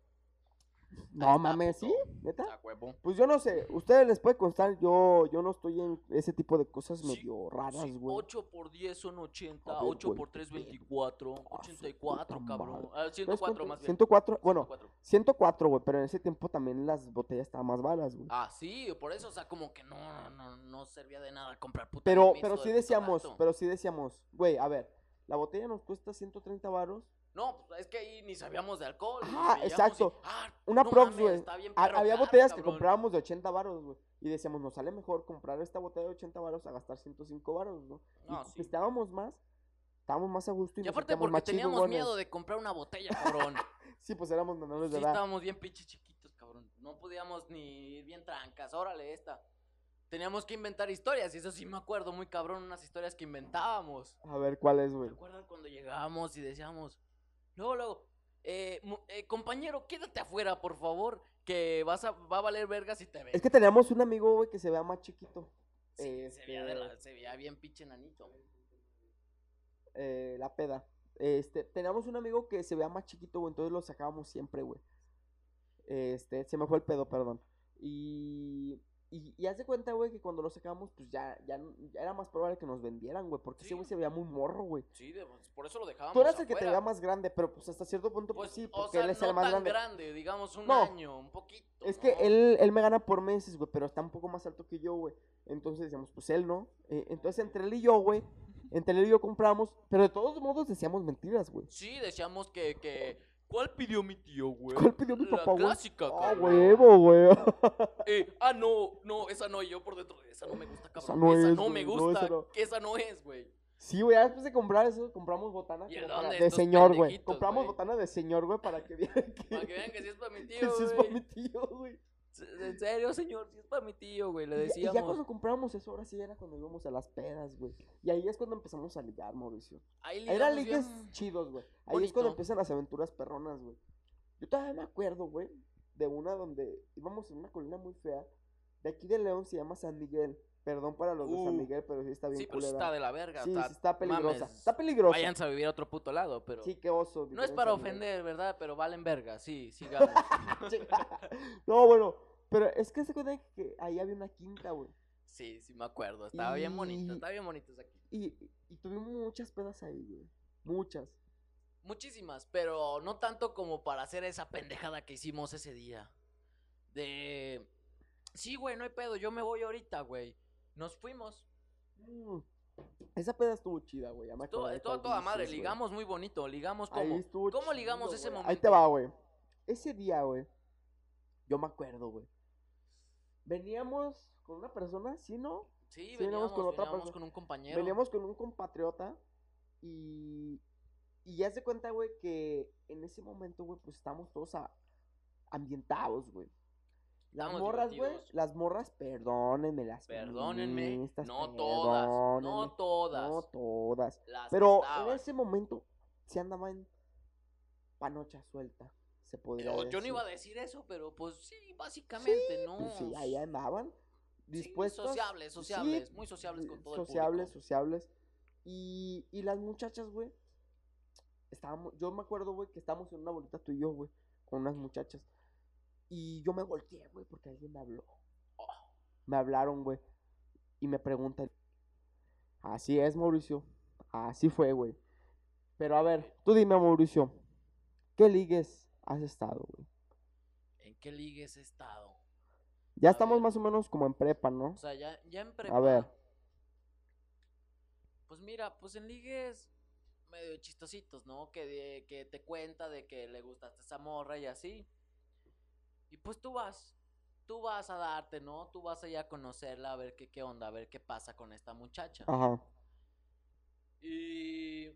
B: No
C: está,
B: mames,
C: puto.
B: ¿sí? ¿Neta?
C: A huevo.
B: Pues yo no sé, ustedes les puede constar, yo, yo no estoy en ese tipo de cosas
C: Sí,
B: medio raras,
C: Sí,
B: güey.
C: 8 por 10 son 80,
B: A ver,
C: 8
B: güey,
C: por 3
B: qué pedo.
C: 24,
B: su
C: 84,
B: puta
C: cabrón.
B: madre.
C: Ah, 104 más bien.
B: 104, bueno,
C: 104.
B: 104, güey, pero en ese tiempo también las botellas estaban más balas, güey.
C: Ah, sí, por eso, o sea, como que no, no, no servía de nada comprar puto
B: Pero,
C: permiso
B: pero
C: de
B: sí
C: puto
B: decíamos,
C: gasto.
B: pero sí decíamos, güey, a ver, la botella nos cuesta 130 varos.
C: No, pues, es que ahí ni sabíamos de alcohol. y
B: Ajá,
C: veíamos y,
B: exacto.
C: ah,
B: Una
C: no
B: prox,
C: mames,
B: güey.
C: está bien
B: Ha-
C: perro
B: Había
C: caro,
B: botellas que
C: cabrón.
B: comprábamos de 80 varos, güey. Y decíamos, nos sale mejor comprar esta botella de 80 varos a gastar 105 varos, ¿no?
C: No,
B: y
C: sí.
B: pisteábamos más, estábamos más a gusto y,
C: Y
B: nos
C: aparte
B: sentíamos
C: porque
B: más
C: teníamos
B: chingones.
C: miedo de comprar una botella, cabrón.
B: Sí, pues éramos menores
C: sí,
B: de edad.
C: estábamos bien pinches chiquitos, cabrón. No podíamos ni ir bien trancas. Órale, esta. Teníamos que inventar historias, y eso sí me acuerdo muy cabrón, unas historias que inventábamos.
B: A ver, ¿cuál es, güey?
C: ¿Te acuerdas cuando llegábamos y decíamos, luego, luego, eh, mu- eh, compañero, quédate afuera, por favor, que vas a, va a valer verga si te ves.
B: Es que teníamos un amigo, güey, que se vea más chiquito.
C: Sí, se, veía de
B: este-
C: la- se veía bien pinche nanito.
B: eh, la peda. Este, teníamos un amigo que se veía más chiquito, güey, entonces lo sacábamos siempre, güey. Este, se me fue el pedo, perdón. Y Y, y haz de cuenta, güey, que cuando lo sacamos, pues ya, ya, ya era más probable que nos vendieran, güey. Porque ese güey
C: Sí.
B: se veía muy morro, güey.
C: Sí, de- pues, por eso lo dejábamos.
B: Tú eras el que te
C: afuera.
B: veía más grande, pero pues hasta cierto punto, pues,
C: Pues,
B: sí,
C: o
B: porque
C: sea,
B: él es
C: no
B: el más
C: tan
B: grande.
C: grande. digamos un
B: No.
C: año, un poquito.
B: Es que
C: ¿no?
B: él, él me gana por meses, güey, pero está un poco más alto que yo, güey. Entonces decíamos, pues él no. Eh, entonces entre él y yo, güey, entre él y yo compramos, pero de todos modos decíamos mentiras, güey.
C: Sí, decíamos que, que. ¿Cuál pidió mi tío, güey?
B: ¿Cuál pidió mi
C: La
B: papá, güey?
C: clásica,
B: Ah,
C: cabrón.
B: huevo, güey.
C: Eh, ah, no, no, esa no, y yo por dentro, esa no me gusta, cabrón.
B: no
C: Esa no,
B: es,
C: me
B: güey, no,
C: gusta,
B: esa no.
C: que esa no es, güey.
B: Sí, güey, ya después de comprar eso, compramos botana
C: ¿Y
B: como
C: el
B: para-
C: dónde
B: de
C: estos
B: señor, güey.
C: pendejitos,
B: Compramos
C: güey?
B: botana de señor, güey, para que vieran que,
C: Para que vean que sí es para mi
B: que
C: tío,
B: sí es para mi
C: güey.
B: tío, güey.
C: Se- En serio, señor, sí es para mi tío, güey, le
B: Y ya- Y ya
C: decíamos.
B: cuando compramos eso, ahora sí era cuando íbamos a las pedas, güey. Y ahí es cuando empezamos a ligar, Mauricio.
C: Ahí
B: Ahí Era
C: ligamos
B: ligues
C: bien.
B: chidos, güey. Ahí es
C: bonito.
B: cuando empiezan las aventuras perronas, güey. Yo todavía me acuerdo, güey, de una donde íbamos en una colina muy fea. De aquí de León se llama San Miguel. Perdón para los de San
C: Uh.
B: Miguel, pero sí está bien
C: Sí, pero
B: culera.
C: está de la verga.
B: sí,
C: está-
B: sí está peligrosa.
C: mames,
B: Está peligrosa.
C: Váyanse a vivir a otro puto lado, pero.
B: Sí, qué oso.
C: no es
B: diferente
C: para
B: a San Miguel.
C: ofender, ¿verdad? Pero valen verga, sí, sigamos.
B: no, bueno, pero es que se cuenta que ahí había una quinta, güey.
C: sí, sí, me acuerdo. Estaba bien bonito,
B: Y-
C: estaba bien bonito esa quinta.
B: Y, y tuvimos muchas pedas ahí, güey. Muchas.
C: Muchísimas, pero no tanto como para hacer esa pendejada que hicimos ese día. De. Sí, güey, no hay pedo, yo me voy ahorita, güey. Nos fuimos.
B: Mm. Esa peda estuvo chida, güey. ya me
C: Todo,
B: acordé de
C: todo-
B: Pau
C: toda madre,
B: Vinicius, güey.
C: ligamos muy bonito, ligamos
B: Ahí
C: como.
B: estuvo
C: ¿Cómo ligamos
B: chido,
C: ese
B: güey.
C: momento?
B: Ahí te va, güey. Ese día, güey. Yo me acuerdo, güey. Veníamos con una persona, ¿sí no?
C: Sí,
B: veníamos
C: veníamos,
B: con otra
C: veníamos
B: persona.
C: con un compañero.
B: Veníamos con un compatriota y. Y ya se cuenta, güey, que en ese momento, güey, pues estamos todos a- ambientados, güey. Las
C: Estábamos
B: morras, güey,
C: divertidos.
B: las morras, perdónenme, las
C: Perdónenme,
B: feministas,
C: no todas, no
B: perdónenme,
C: todas.
B: No todas.
C: las que
B: Pero
C: estaban.
B: en ese momento se andaba en panocha suelta, se podría
C: Yo-
B: decir.
C: Yo no iba a decir eso, pero pues sí, básicamente, ¿no?
B: Pues sí, ahí andaban
C: Sí,
B: dispuestos.
C: sociables,
B: sí,
C: sociables, muy sociables con todo
B: eh, Sociables,
C: el público.
B: sociables. Y, y las muchachas, güey, estábamos, yo me acuerdo, güey, que estábamos en una bolita tú y yo, güey, con unas muchachas. Y yo me volteé, güey, porque alguien me habló. Me hablaron, güey, y me preguntan. Así es, Mauricio. Así fue, güey. Pero a ver, tú dime, Mauricio, ¿qué ligues has estado, güey?
C: ¿En qué ligues he estado?
B: Ya
C: A
B: estamos
C: ver.
B: más o menos como en prepa, ¿no?
C: O sea, ya, ya en prepa.
B: A ver.
C: Pues mira, pues en ligues medio chistositos, ¿no? Que, de- que te cuenta de que le gustaste esa morra y así. Y pues tú vas, tú vas a darte, ¿no? Tú vas allá a conocerla, a ver qué, qué onda, a ver qué pasa con esta muchacha.
B: Ajá.
C: Y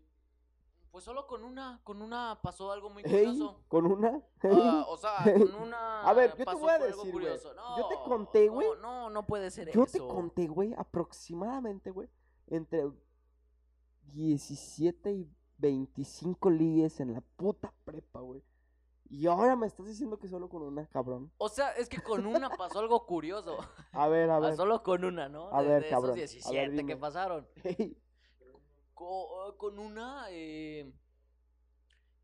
C: pues solo con una, con una pasó algo muy
B: Ey,
C: curioso.
B: ¿Con una?
C: Ah, o sea, con una.
B: A ver, yo te
C: pasó
B: voy a
C: por algo
B: decir, güey.
C: curioso.
B: Yo te
C: No,
B: conté, güey.
C: ¿cómo? No, no puede ser
B: Yo
C: eso.
B: te conté, güey, aproximadamente, güey, entre 17 y 25 ligues en la puta prepa, güey. Y ahora me estás diciendo que solo con una, cabrón.
C: O sea, es que con una pasó algo curioso.
B: A ver, a
C: Ah,
B: ver.
C: Solo con una, ¿no?
B: A
C: De-
B: ver,
C: de
B: cabrón, a
C: esos
B: ver,
C: 17
B: dime.
C: que pasaron.
B: Ey,
C: Co- con una, eh,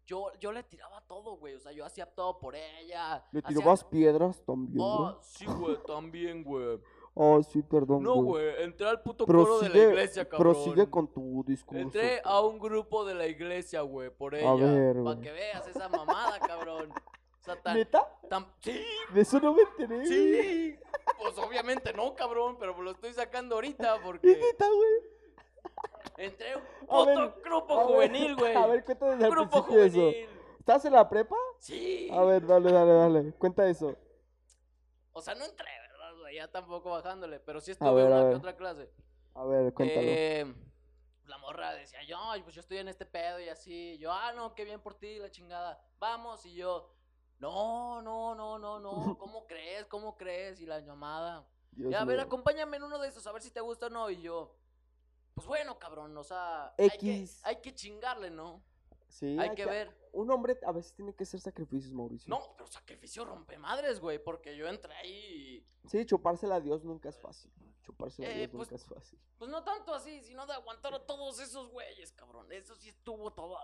C: yo, yo le tiraba todo, güey. O sea, yo hacía todo por ella.
B: Le
C: hacía-
B: tirabas piedras también, güey.
C: Ah, sí, güey, también, güey.
B: Oh, sí, perdón,
C: No, güey, entré al puto coro de la
B: Prosigue-
C: iglesia, cabrón.
B: Prosigue con tu discurso.
C: Entré a un grupo de la iglesia, güey, por ella.
B: ver, güey.
C: Para que veas esa mamada, cabrón. O sea, tan,
B: ¿Neta?
C: tan- Sí,
B: De eso no me enteré, güey.
C: sí. Pues obviamente no, cabrón, pero lo estoy sacando ahorita porque
B: Neta, güey.
C: entré a un
B: A ver,
C: puto grupo
B: A ver,
C: juvenil, güey.
B: A ver, cuéntame desde el
C: Grupo
B: principio eso.
C: juvenil.
B: ¿Estás en la prepa?
C: Sí.
B: A ver, dale, dale, dale. Cuenta eso.
C: O sea, no entré, ¿verdad? güey? Ya tampoco bajándole, pero sí estuve
B: ver,
C: en
B: a
C: una que
B: ver.
C: otra clase.
B: A ver, cuéntalo.
C: Eh, la morra decía, yo, pues yo estoy en este pedo y así. Yo, ah, no, qué bien por ti, la chingada. Vamos. Y yo, no, no, no, no, no. ¿Cómo crees? ¿Cómo crees? Y la llamada.
B: Dios
C: ya, a ver,
B: mío.
C: acompáñame en uno de esos, a ver si te gusta o no. Y yo, pues bueno, cabrón, o sea, Hay, que,
B: X.
C: hay que chingarle, ¿no?
B: Sí,
C: hay que ver.
B: Un hombre a veces tiene que hacer sacrificios, Mauricio.
C: No, pero sacrificio rompe madres, güey, porque yo entré ahí. y,
B: Sí, chupársela a Dios nunca es fácil. Chupársela a
C: Eh,
B: Dios
C: pues-
B: nunca es fácil.
C: Pues no tanto así, sino de aguantar a todos esos güeyes, cabrón. Eso sí estuvo todo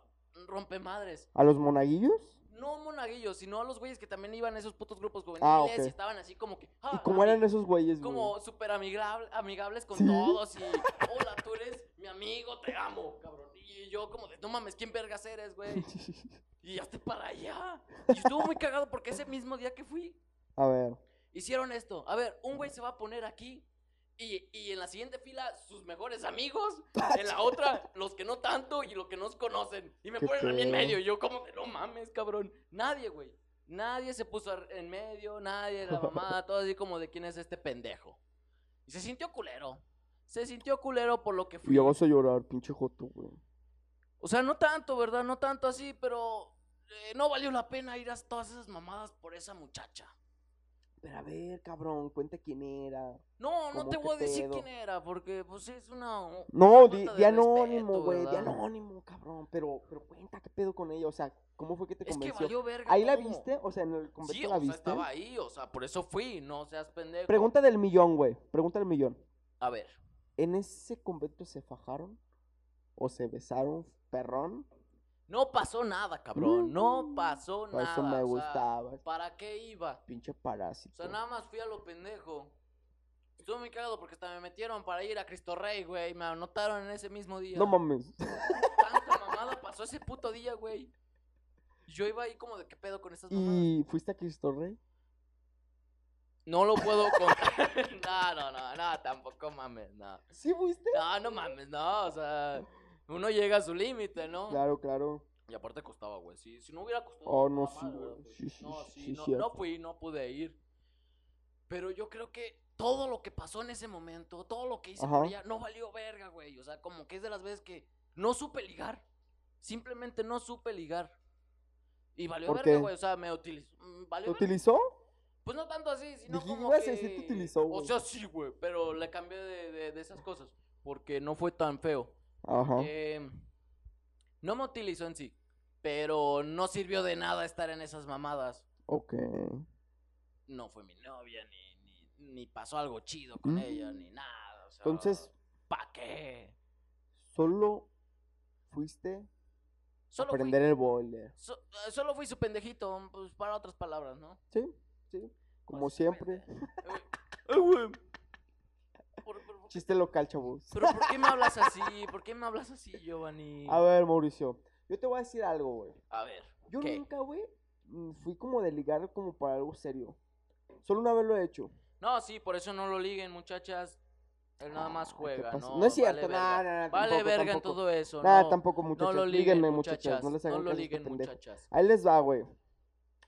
C: rompe madres.
B: ¿A los monaguillos?
C: no monaguillos, sino a los güeyes que también iban a esos putos grupos juveniles
B: Ah, ok.
C: y estaban así como que. "Ah,
B: ¿Y cómo
C: ah,
B: eran esos güeyes, güey?
C: Como súper amigable- amigables con
B: Sí.
C: todos y. Hola, tú eres mi amigo, te amo, cabrón. Y yo, como de, no mames, ¿quién vergas eres, güey? Y ya te para allá. Y estuvo muy cagado porque ese mismo día que fui,
B: A ver.
C: hicieron esto. A ver, un güey se va a poner aquí. Y, y en la siguiente fila, sus mejores amigos. En la otra, los que no tanto y los que nos conocen. Y me
B: Qué
C: ponen a mí en
B: pedo.
C: medio. Y yo, como de no mames, cabrón. Nadie, güey. Nadie se puso ar- en medio, nadie, la mamada, todo así como de quién es este pendejo. Y se sintió culero. Se sintió culero por lo que fui.
B: Ya vas a llorar, pinche joto, güey.
C: O sea, no tanto, ¿verdad? No tanto así, pero eh, no valió la pena ir a todas esas mamadas por esa muchacha.
B: Pero a ver, cabrón, cuenta quién era.
C: No, no
B: ¿Cómo
C: te
B: qué
C: voy a decir
B: pedo?
C: quién era, porque pues es una... u-
B: No,
C: falta
B: di,
C: de
B: di anónimo,
C: respeto,
B: güey, di
C: ¿verdad?
B: anónimo, cabrón. Pero, pero cuenta, ¿qué pedo con ella? O sea, ¿cómo fue que te
C: Es que
B: convenció?
C: valió verga.
B: ¿Ahí la
C: todo.
B: viste? O sea, en el convento
C: Sí, o
B: la
C: sea,
B: viste.
C: estaba ahí, o sea, por eso fui, no seas pendejo.
B: Pregunta del millón, güey. Pregunta del millón.
C: A ver,
B: ¿En ese convento se fajaron? ¿O se besaron, perrón?
C: no pasó nada, cabrón, no
B: Mm,
C: pasó
B: Por
C: nada.
B: eso me
C: o sea,
B: gustaba. este
C: ¿Para qué iba?
B: Pinche
C: O
B: parásito.
C: sea, nada más fui a lo pendejo. Estuve muy cagado porque hasta me metieron para ir a Cristo Rey, güey, me anotaron en ese mismo día.
B: no mames.
C: Tanta mamada pasó ese puto día, güey. Y Yo iba ahí como de qué pedo con estas mamadas.
B: ¿Y fuiste a Cristo Rey?
C: No lo puedo contar. no, no, no, no, tampoco mames, no.
B: ¿Sí fuiste?
C: No, no mames, no, o sea, uno llega a su límite, ¿no?
B: Claro, claro.
C: Y aparte costaba, güey, si, si no hubiera costado.
B: Oh,
C: no,
B: no,
C: mamá,
B: sí,
C: güey,
B: güey,
C: pues,
B: sí, sí,
C: no,
B: sí,
C: sí,
B: sí,
C: no,
B: cierto.
C: no fui, no pude ir. Pero yo creo que todo lo que pasó en ese momento, todo lo que hice por
B: Ajá.
C: ella, no valió verga, güey. O sea, como que es de las veces que no supe ligar. Simplemente no supe ligar. Y valió
B: ¿Por
C: verga,
B: qué?
C: güey. O sea, me utilizó. mm,
B: ¿Te
C: Valió verga.
B: utilizó?
C: Pues no tanto así, sino
B: Dijiste,
C: como
B: ibas
C: que...
B: a decir, te utilizó,
C: O
B: güey.
C: sea, sí, güey, pero le cambié de, de- de esas cosas. Porque no fue tan feo.
B: Ajá.
C: Eh, no me utilizó en sí, pero no sirvió de nada estar en esas mamadas.
B: Ok.
C: No fue mi novia, ni, ni, ni pasó algo chido con
B: Mm.
C: ella, ni nada. o sea,
B: Entonces,
C: ¿pa' qué?
B: solo fuiste
C: Solo
B: a prender
C: fui,
B: el boiler.
C: so- eh, solo fui su pendejito, pues para otras palabras, ¿no?
B: Sí, sí.
C: Pues,
B: Como siempre.
C: Básicamente. Eh, güey. Por- por- por-
B: Chiste local, chavos.
C: Pero ¿por qué me hablas así? ¿Por qué me hablas así, Giovanni?
B: A ver, Mauricio. Yo te voy a decir algo, güey.
C: A ver,
B: Yo
C: ¿qué?
B: nunca, güey, mm, fui como de ligar como para algo serio. Solo una vez lo he hecho.
C: No, sí, por eso no lo liguen, muchas. Él nada más
B: Ay, ¿qué
C: juega,
B: pasa?
C: ¿no?
B: No es cierto,
C: vale
B: nada,
C: verga.
B: nada,
C: Vale
B: tampoco,
C: verga en
B: tampoco.
C: todo eso.
B: Nada,
C: no,
B: tampoco,
C: no
B: muchachos.
C: lo liguen,
B: Líguenme,
C: muchachas.
B: muchachas. No les hagan
C: lo
B: caso a este
C: liguen,
B: pendejo.
C: muchachas.
B: Ahí les va, güey.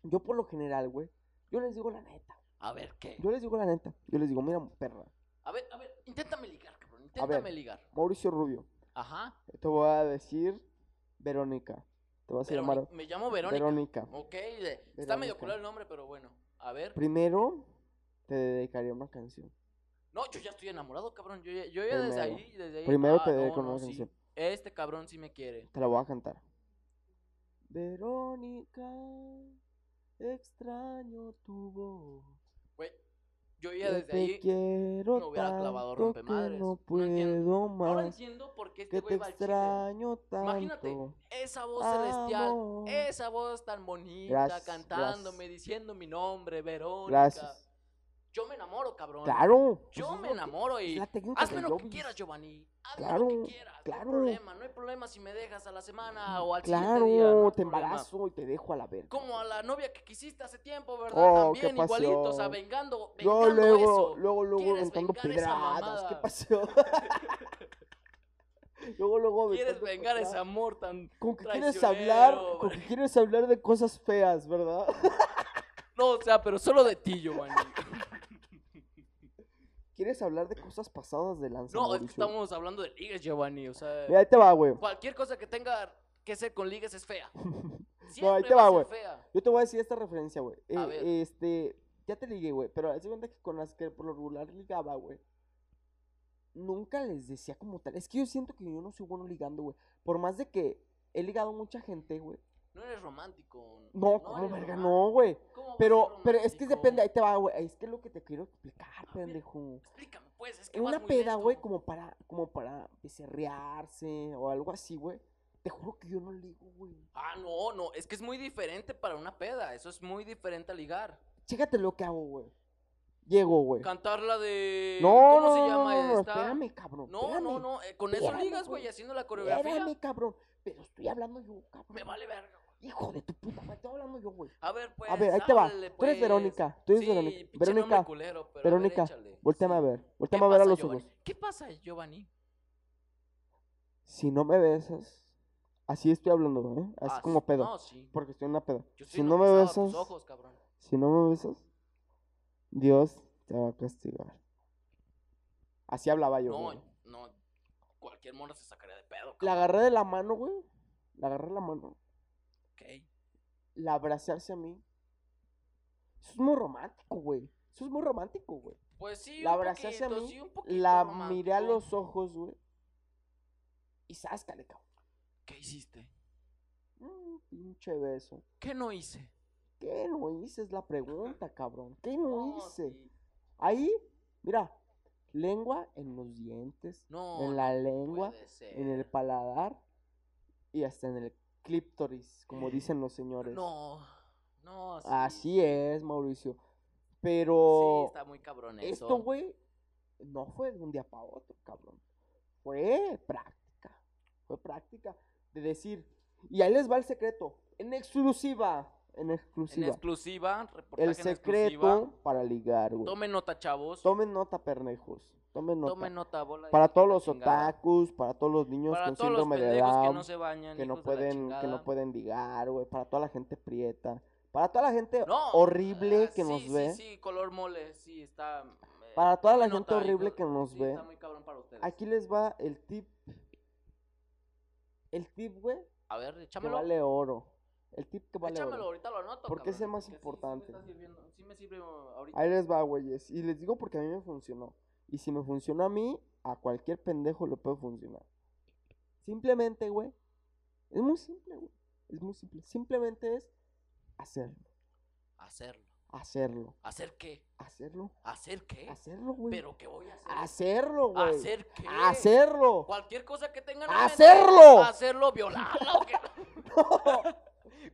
B: Yo por lo general, güey, yo les digo la neta.
C: A ver, ¿qué?
B: Yo les digo la neta. Yo les digo, mira, perra.
C: A ver, a ver, inténtame ligar, cabrón. Inténtame ligar.
B: Mauricio Rubio,
C: Ajá.
B: te voy a decir Verónica. Te vas a
C: Veroni-
B: llamar
C: Me llamo Verónica.
B: Verónica.
C: Ok, de- está medio
B: Verónica.
C: culo el nombre, pero bueno. A ver.
B: Primero, te dedicaría una canción.
C: No, yo ya estoy enamorado, cabrón. Yo ya, yo ya desde
B: Primero.
C: ahí, desde ahí.
B: Primero
C: ah,
B: te
C: no,
B: dedico
C: no,
B: una
C: sí.
B: canción.
C: Este cabrón sí me quiere.
B: Te la voy a cantar. Verónica, extraño tu voz.
C: Güey, yo ya
B: Yo
C: desde
B: te
C: ahí.
B: quiero
C: me hubiera clavado
B: tanto
C: rompemadres.
B: que
C: No
B: no
C: entiendo.
B: puedo
C: Ahora
B: más.
C: entiendo por qué este
B: Que te
C: güey va al chile.
B: extraño tanto.
C: Imagínate, esa voz celestial,
B: Amor.
C: esa voz tan bonita,
B: Gracias,
C: cantándome,
B: gracias.
C: diciendo mi nombre, Verónica.
B: Gracias.
C: Yo me enamoro, cabrón.
B: Claro. pues eso
C: Yo
B: es
C: me
B: lo que-
C: enamoro
B: es
C: y
B: la técnica
C: hazme
B: de
C: lo que
B: Jovis.
C: quieras, Giovanni. Hazme
B: Claro,
C: lo que quieras.
B: claro.
C: No hay problema, no hay problema si me dejas a la semana o al
B: Claro,
C: siguiente día. no hay
B: te
C: problema.
B: embarazo y te dejo a la verga.
C: Como a la novia que quisiste hace tiempo, ¿verdad?
B: Oh, qué
C: También igualito, o sea,
B: pasión.
C: vengando,
B: Yo
C: vengando
B: luego,
C: eso.
B: luego, luego
C: ¿Quieres
B: aventando
C: vengar esa
B: pedradas.
C: mamada?
B: ¿Qué pasó? luego, luego.
C: ¿Quieres
B: aventando
C: vengar ese
B: pedradas.
C: amor tan
B: Con que quieres hablar,
C: traicionero?
B: con que quieres hablar de cosas feas, ¿verdad?
C: No, o sea, pero solo de ti, Giovanni.
B: Quieres hablar de cosas pasadas de lanza.
C: No, es que
B: Mauricio.
C: estamos hablando de ligas, Giovanni. O sea,
B: Mira, ahí te va, güey.
C: cualquier cosa que tenga que ser con ligas es fea. Siempre
B: No, ahí te
C: va,
B: va,
C: a
B: güey.
C: ser fea.
B: Yo te voy a decir esta referencia, güey.
C: A
B: Eh,
C: ver.
B: este, ya te ligué, güey, pero haz de cuenta que con las que por lo regular ligaba, güey. Nunca les decía como tal. Es que yo siento que yo no soy bueno ligando, güey. Por más de que he ligado a mucha gente, güey.
C: No eres romántico.
B: No, como
C: eres
B: verga,
C: romántico.
B: no, güey.
C: ¿Cómo vas a
B: Pero,
C: ser
B: pero es que
C: romántico?
B: depende, ahí te va, güey. Es que es lo que te quiero explicar,
C: ver.
B: pendejo.
C: Explícame, pues, es que
B: En
C: vas
B: una
C: muy
B: peda, güey,
C: lento.
B: como para, como para becerrearse o algo así, güey. Te juro que yo no ligo, güey.
C: Ah, no, no, es que es muy diferente para una peda. Eso es muy diferente a ligar.
B: Chécate lo que hago, güey. Llego, güey.
C: Cantar la de.
B: No,
C: Eh, ¿Cómo
B: no,
C: se
B: no,
C: llama
B: no, no,
C: esta?
B: espérame, cabrón.
C: no, no,
B: espérame,
C: no, eh, con eso
B: Espérame,
C: ligas, güey,
B: güey.
C: haciendo la coreografía.
B: Espérame, cabrón. Pero estoy hablando yo, cabrón.
C: Me vale verga. güey.
B: Hijo de tu puta madre, estoy hablando yo, güey.
C: A ver, pues.
B: a ver, ahí te va.
C: háblale,
B: Tú eres
C: pues.
B: Verónica. Tú eres
C: Sí,
B: Verónica.
C: pinche nombre
B: Verónica,
C: culero, pero a ver,
B: Verónica,
C: échale.
B: volteame
C: Sí.
B: a ver.
C: ¿Qué
B: Volteame a ver a
C: pasa,
B: los
C: Giovanni?
B: ojos.
C: ¿Qué pasa, Giovanni?
B: Si no me besas, así estoy hablando, ¿eh? Así
C: Ah,
B: como
C: sí,
B: pedo.
C: No, sí.
B: Porque estoy en una peda.
C: Yo estoy
B: Si no me
C: hipnotizado por
B: besas,
C: tus ojos, cabrón.
B: si no me besas, Dios te va a castigar. Así hablaba yo,
C: No,
B: güey.
C: no. Cualquier mono se sacaría de pedo,
B: La
C: cabrón.
B: agarré de la mano, güey. La agarré de la mano.
C: Ok.
B: La abracé hacia mí. Eso es muy romántico, güey. Eso es muy romántico, güey.
C: Pues sí,
B: La
C: un
B: abracé hacia
C: poquito,
B: mí,
C: sí, un poquito
B: La
C: romántico.
B: miré a los ojos, güey. Y sáscale, cabrón.
C: ¿Qué hiciste?
B: Mm, pinche beso.
C: ¿Qué no hice?
B: ¿Qué no hice? Es la pregunta, cabrón. ¿Qué no
C: No,
B: hice?
C: sí.
B: Ahí, mira. Lengua en los dientes.
C: No,
B: En
C: no
B: la lengua.
C: puede ser.
B: en el paladar y hasta en el clíptoris, como dicen los señores.
C: No, no, sí.
B: Así es, Mauricio.
C: Sí,
B: Pero
C: está muy cabrón eso.
B: esto, güey, no fue de un día para otro, cabrón. Fue práctica. Fue práctica de decir. Y ahí les va el secreto. En exclusiva. En
C: En
B: exclusiva.
C: exclusiva, reportaje
B: el
C: en
B: secreto
C: exclusiva.
B: para ligar, güey.
C: Tomen nota, chavos.
B: Tomen nota, pernejos. Tomen nota.
C: Tomen nota, bola. de
B: Para
C: hijos de
B: todos
C: la
B: los
C: chingada.
B: otakus, para todos los niños
C: Para
B: con
C: todos los
B: síndrome de
C: pendejos
B: Down
C: que no se bañan,
B: que no
C: hijos de la
B: pueden que no
C: chingada.
B: pueden ligar, güey, para toda la gente prieta, para toda la gente
C: No,
B: horrible
C: ah,
B: que
C: sí,
B: nos
C: sí,
B: ve,
C: Sí, color mole, sí, está. eh,
B: para toda la
C: tomen
B: gente
C: nota,
B: horrible
C: hijos-
B: que nos
C: sí,
B: ve.
C: Está muy cabrón para ustedes.
B: Aquí les va el tip. El tip, güey,
C: A ver,
B: que
C: échamelo.
B: vale oro. El tip que vale
C: Échamelo,
B: oro.
C: ahorita lo anoto.
B: Porque es el
C: cabrón,
B: más
C: porque sí,
B: importante.
C: Sí, me está sirviendo, sí me sirve uh, ahorita.
B: Ahí les va, güeyes, y les digo porque a mí me funcionó. Y si me funcionó a mí, a cualquier pendejo le puede funcionar. Simplemente, güey, es muy simple, güey. Es muy simple. Simplemente es hacerlo,
C: Hacerlo.
B: hacerlo,
C: ¿Hacer qué?
B: hacerlo.
C: ¿Hacer qué?
B: Hacerlo, güey.
C: ¿Pero qué voy a hacer?
B: Hacerlo, Ah, güey.
C: ¿Hacer qué?
B: Hacerlo.
C: Cualquier cosa que tengan.
B: ¡Hacerlo!
C: Mente, hacerlo, violarla o qué.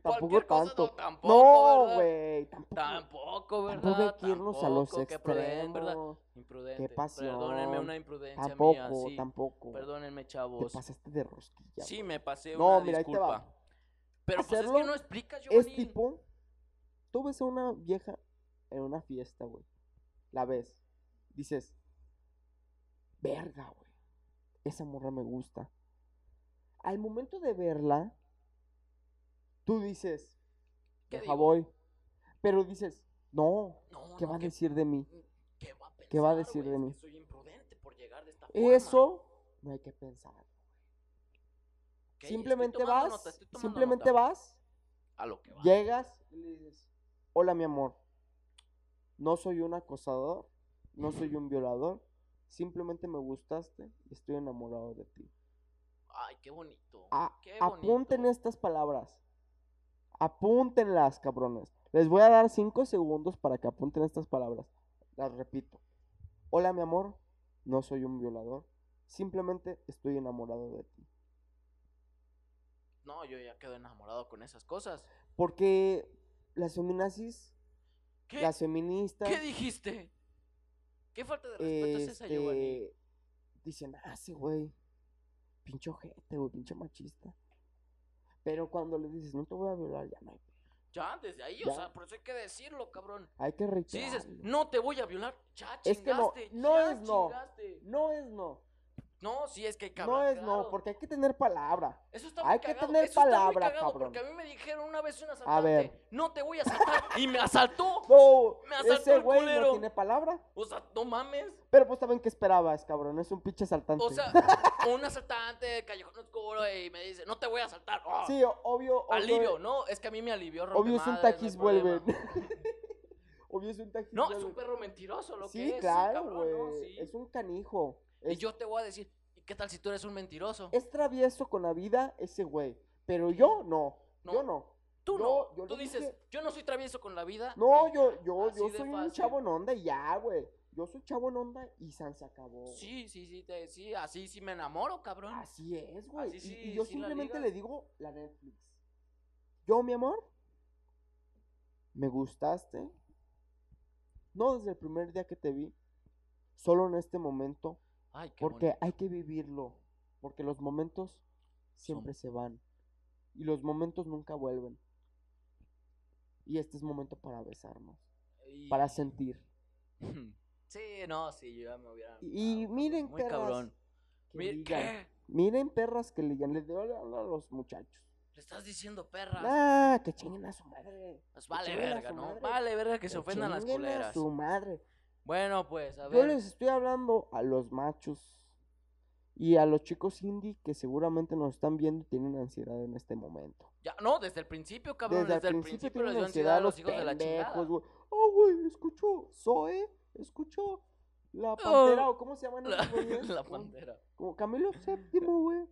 B: Tampoco
C: Cualquier cosa,
B: tanto.
C: no, tampoco.
B: No,
C: ¿verdad?
B: güey. Tampoco.
C: Tampoco, ¿verdad?
B: Tampoco hay que irnos a los
C: Tampoco, qué pruden- ¿verdad?
B: extremos.
C: Imprudente.
B: pasión.
C: Perdónenme una imprudencia mía.
B: Tampoco,
C: Sí.
B: tampoco.
C: Perdónenme,
B: Te
C: chavos.
B: pasaste de rosquilla.
C: Sí,
B: güey.
C: me pasé
B: No,
C: una
B: mira, ahí te
C: disculpa.
B: va.
C: Pero pues es
B: Hacerlo
C: que no explicas, yo
B: Es tipo, tú ves a una vieja en una fiesta, güey. La ves. Dices, verga, güey. Esa morra me gusta. Al momento de verla, tú dices,
C: ¿Qué
B: deja
C: digo?
B: voy. Pero dices, no,
C: No,
B: ¿qué
C: no,
B: va a
C: ¿qué- mm,
B: decir de mí?
C: ¿Qué va a pensar,
B: ¿Qué va a decir
C: güey?
B: de
C: Es
B: mí?
C: que soy imprudente por llegar de esta forma.
B: Eso no hay que pensar.
C: Ok, estoy
B: simplemente
C: tomando
B: vas,
C: nota, estoy tomando
B: simplemente
C: nota.
B: vas,
C: A lo que va.
B: llegas y le dices, hola mi amor, no soy un acosador, no soy un violador, simplemente me gustaste y estoy enamorado de ti.
C: Ay, qué bonito.
B: A-
C: qué bonito.
B: apunten estas palabras, apúntenlas, cabrones. Les voy a dar cinco segundos para que apunten estas palabras. Las repito. Hola mi amor, no soy un violador, simplemente estoy enamorado de ti.
C: No, yo ya quedo enamorado con esas cosas.
B: Porque las feminazis,
C: ¿Qué?
B: las feministas,
C: ¿Qué dijiste? ¿Qué falta de respeto es esa, Giovanni?
B: este, dicen, ah, sí, güey, pinche ojete, güey, pinche machista. Pero cuando le dices, no te voy a violar, ya no hay.
C: Ya, desde ahí,
B: ya.
C: o sea, por eso hay que decirlo, cabrón.
B: Hay que
C: Si
B: reiterar.
C: dices, no te voy a violar, ya chingaste.
B: Es que no, no
C: ya
B: es no.
C: chingaste.
B: No es no,
C: No, sí, es que hay que
B: no
C: hablar
B: es no,
C: claro.
B: porque hay que tener palabra.
C: Eso está
B: Hay
C: muy
B: que
C: cagado,
B: tener
C: eso está muy
B: palabra,
C: cagado,
B: cabrón.
C: Porque a mí me dijeron una vez un asaltante,
B: A ver.
C: no te voy a asaltar, y me asaltó.
B: No,
C: Me asaltó
B: ese
C: el
B: güey no
C: culero.
B: tiene palabra.
C: O sea, no mames.
B: Pero pues saben qué esperabas, cabrón, es un pinche asaltante.
C: O sea, un asaltante, callejón oscuro, y me dice, no te voy a asaltar. Oh,
B: sí, o- obvio, obvio.
C: alivio, no, es que a mí me alivió.
B: Obvio es un
C: rompemadres, no hay
B: taquis
C: problema.
B: vuelve. obvio es un taquis
C: No, es
B: vuelve.
C: un perro mentiroso lo que es.
B: Sí,
C: sí,
B: claro,
C: cabrón,
B: güey.
C: no, sí.
B: Es un canijo.
C: Y
B: Es,
C: yo te voy a decir, ¿y qué tal si tú eres un mentiroso?
B: es travieso con la vida ese güey. Pero
C: Sí.
B: yo no.
C: No.
B: Yo no.
C: tú
B: yo-
C: no.
B: yo
C: tú
B: le
C: dices,
B: dije-
C: yo no soy travieso con la vida.
B: No,
C: y
B: yo,
C: ya,
B: yo, yo
C: así de
B: soy un
C: fácil.
B: chavo en onda y ya, güey. yo soy chavo en onda y San se acabó. güey.
C: Sí, sí, sí, te, sí, así sí me enamoro, cabrón.
B: Así es, güey.
C: Así
B: y,
C: sí-
B: y yo
C: sí la
B: simplemente
C: ligas.
B: le digo la Netflix. Yo, mi amor, me gustaste. No desde el primer día que te vi, solo en este momento,
C: Ay, qué
B: porque
C: bonito.
B: hay que vivirlo. Porque los momentos siempre se van. Y los momentos nunca vuelven. Y este es momento para besarnos,
C: Y-
B: para sentir.
C: Sí, no, sí, yo ya me hubiera.
B: Y- y
C: enamorado,
B: miren,
C: Muy
B: perras,
C: cabrón.
B: Que
C: Mir-
B: digan,
C: ¿Qué?
B: Miren, perras, que le digan, les debo hablar a los muchachos.
C: Le estás diciendo perras.
B: Ah, que chinguen a su madre.
C: Pues vale
B: chinguen a
C: verga,
B: su
C: ¿no?
B: madre.
C: Vale verga que se ofendan las
B: chinguen a
C: culeras.
B: su madre.
C: Bueno, pues, a
B: Yo
C: ver.
B: les estoy hablando a los machos y a los chicos indie que seguramente nos están viendo y tienen ansiedad en este momento.
C: Ya, no, desde el principio, cabrón. Desde, el principio, les dio ansiedad a los hijos de la chingada.
B: güey. Oh, güey, escuchó Zoe, escuchó la pantera, o cómo se llaman
C: Oh. La,
B: esos güeyes?
C: la
B: Como-
C: pantera.
B: Como Camilo Séptimo, güey.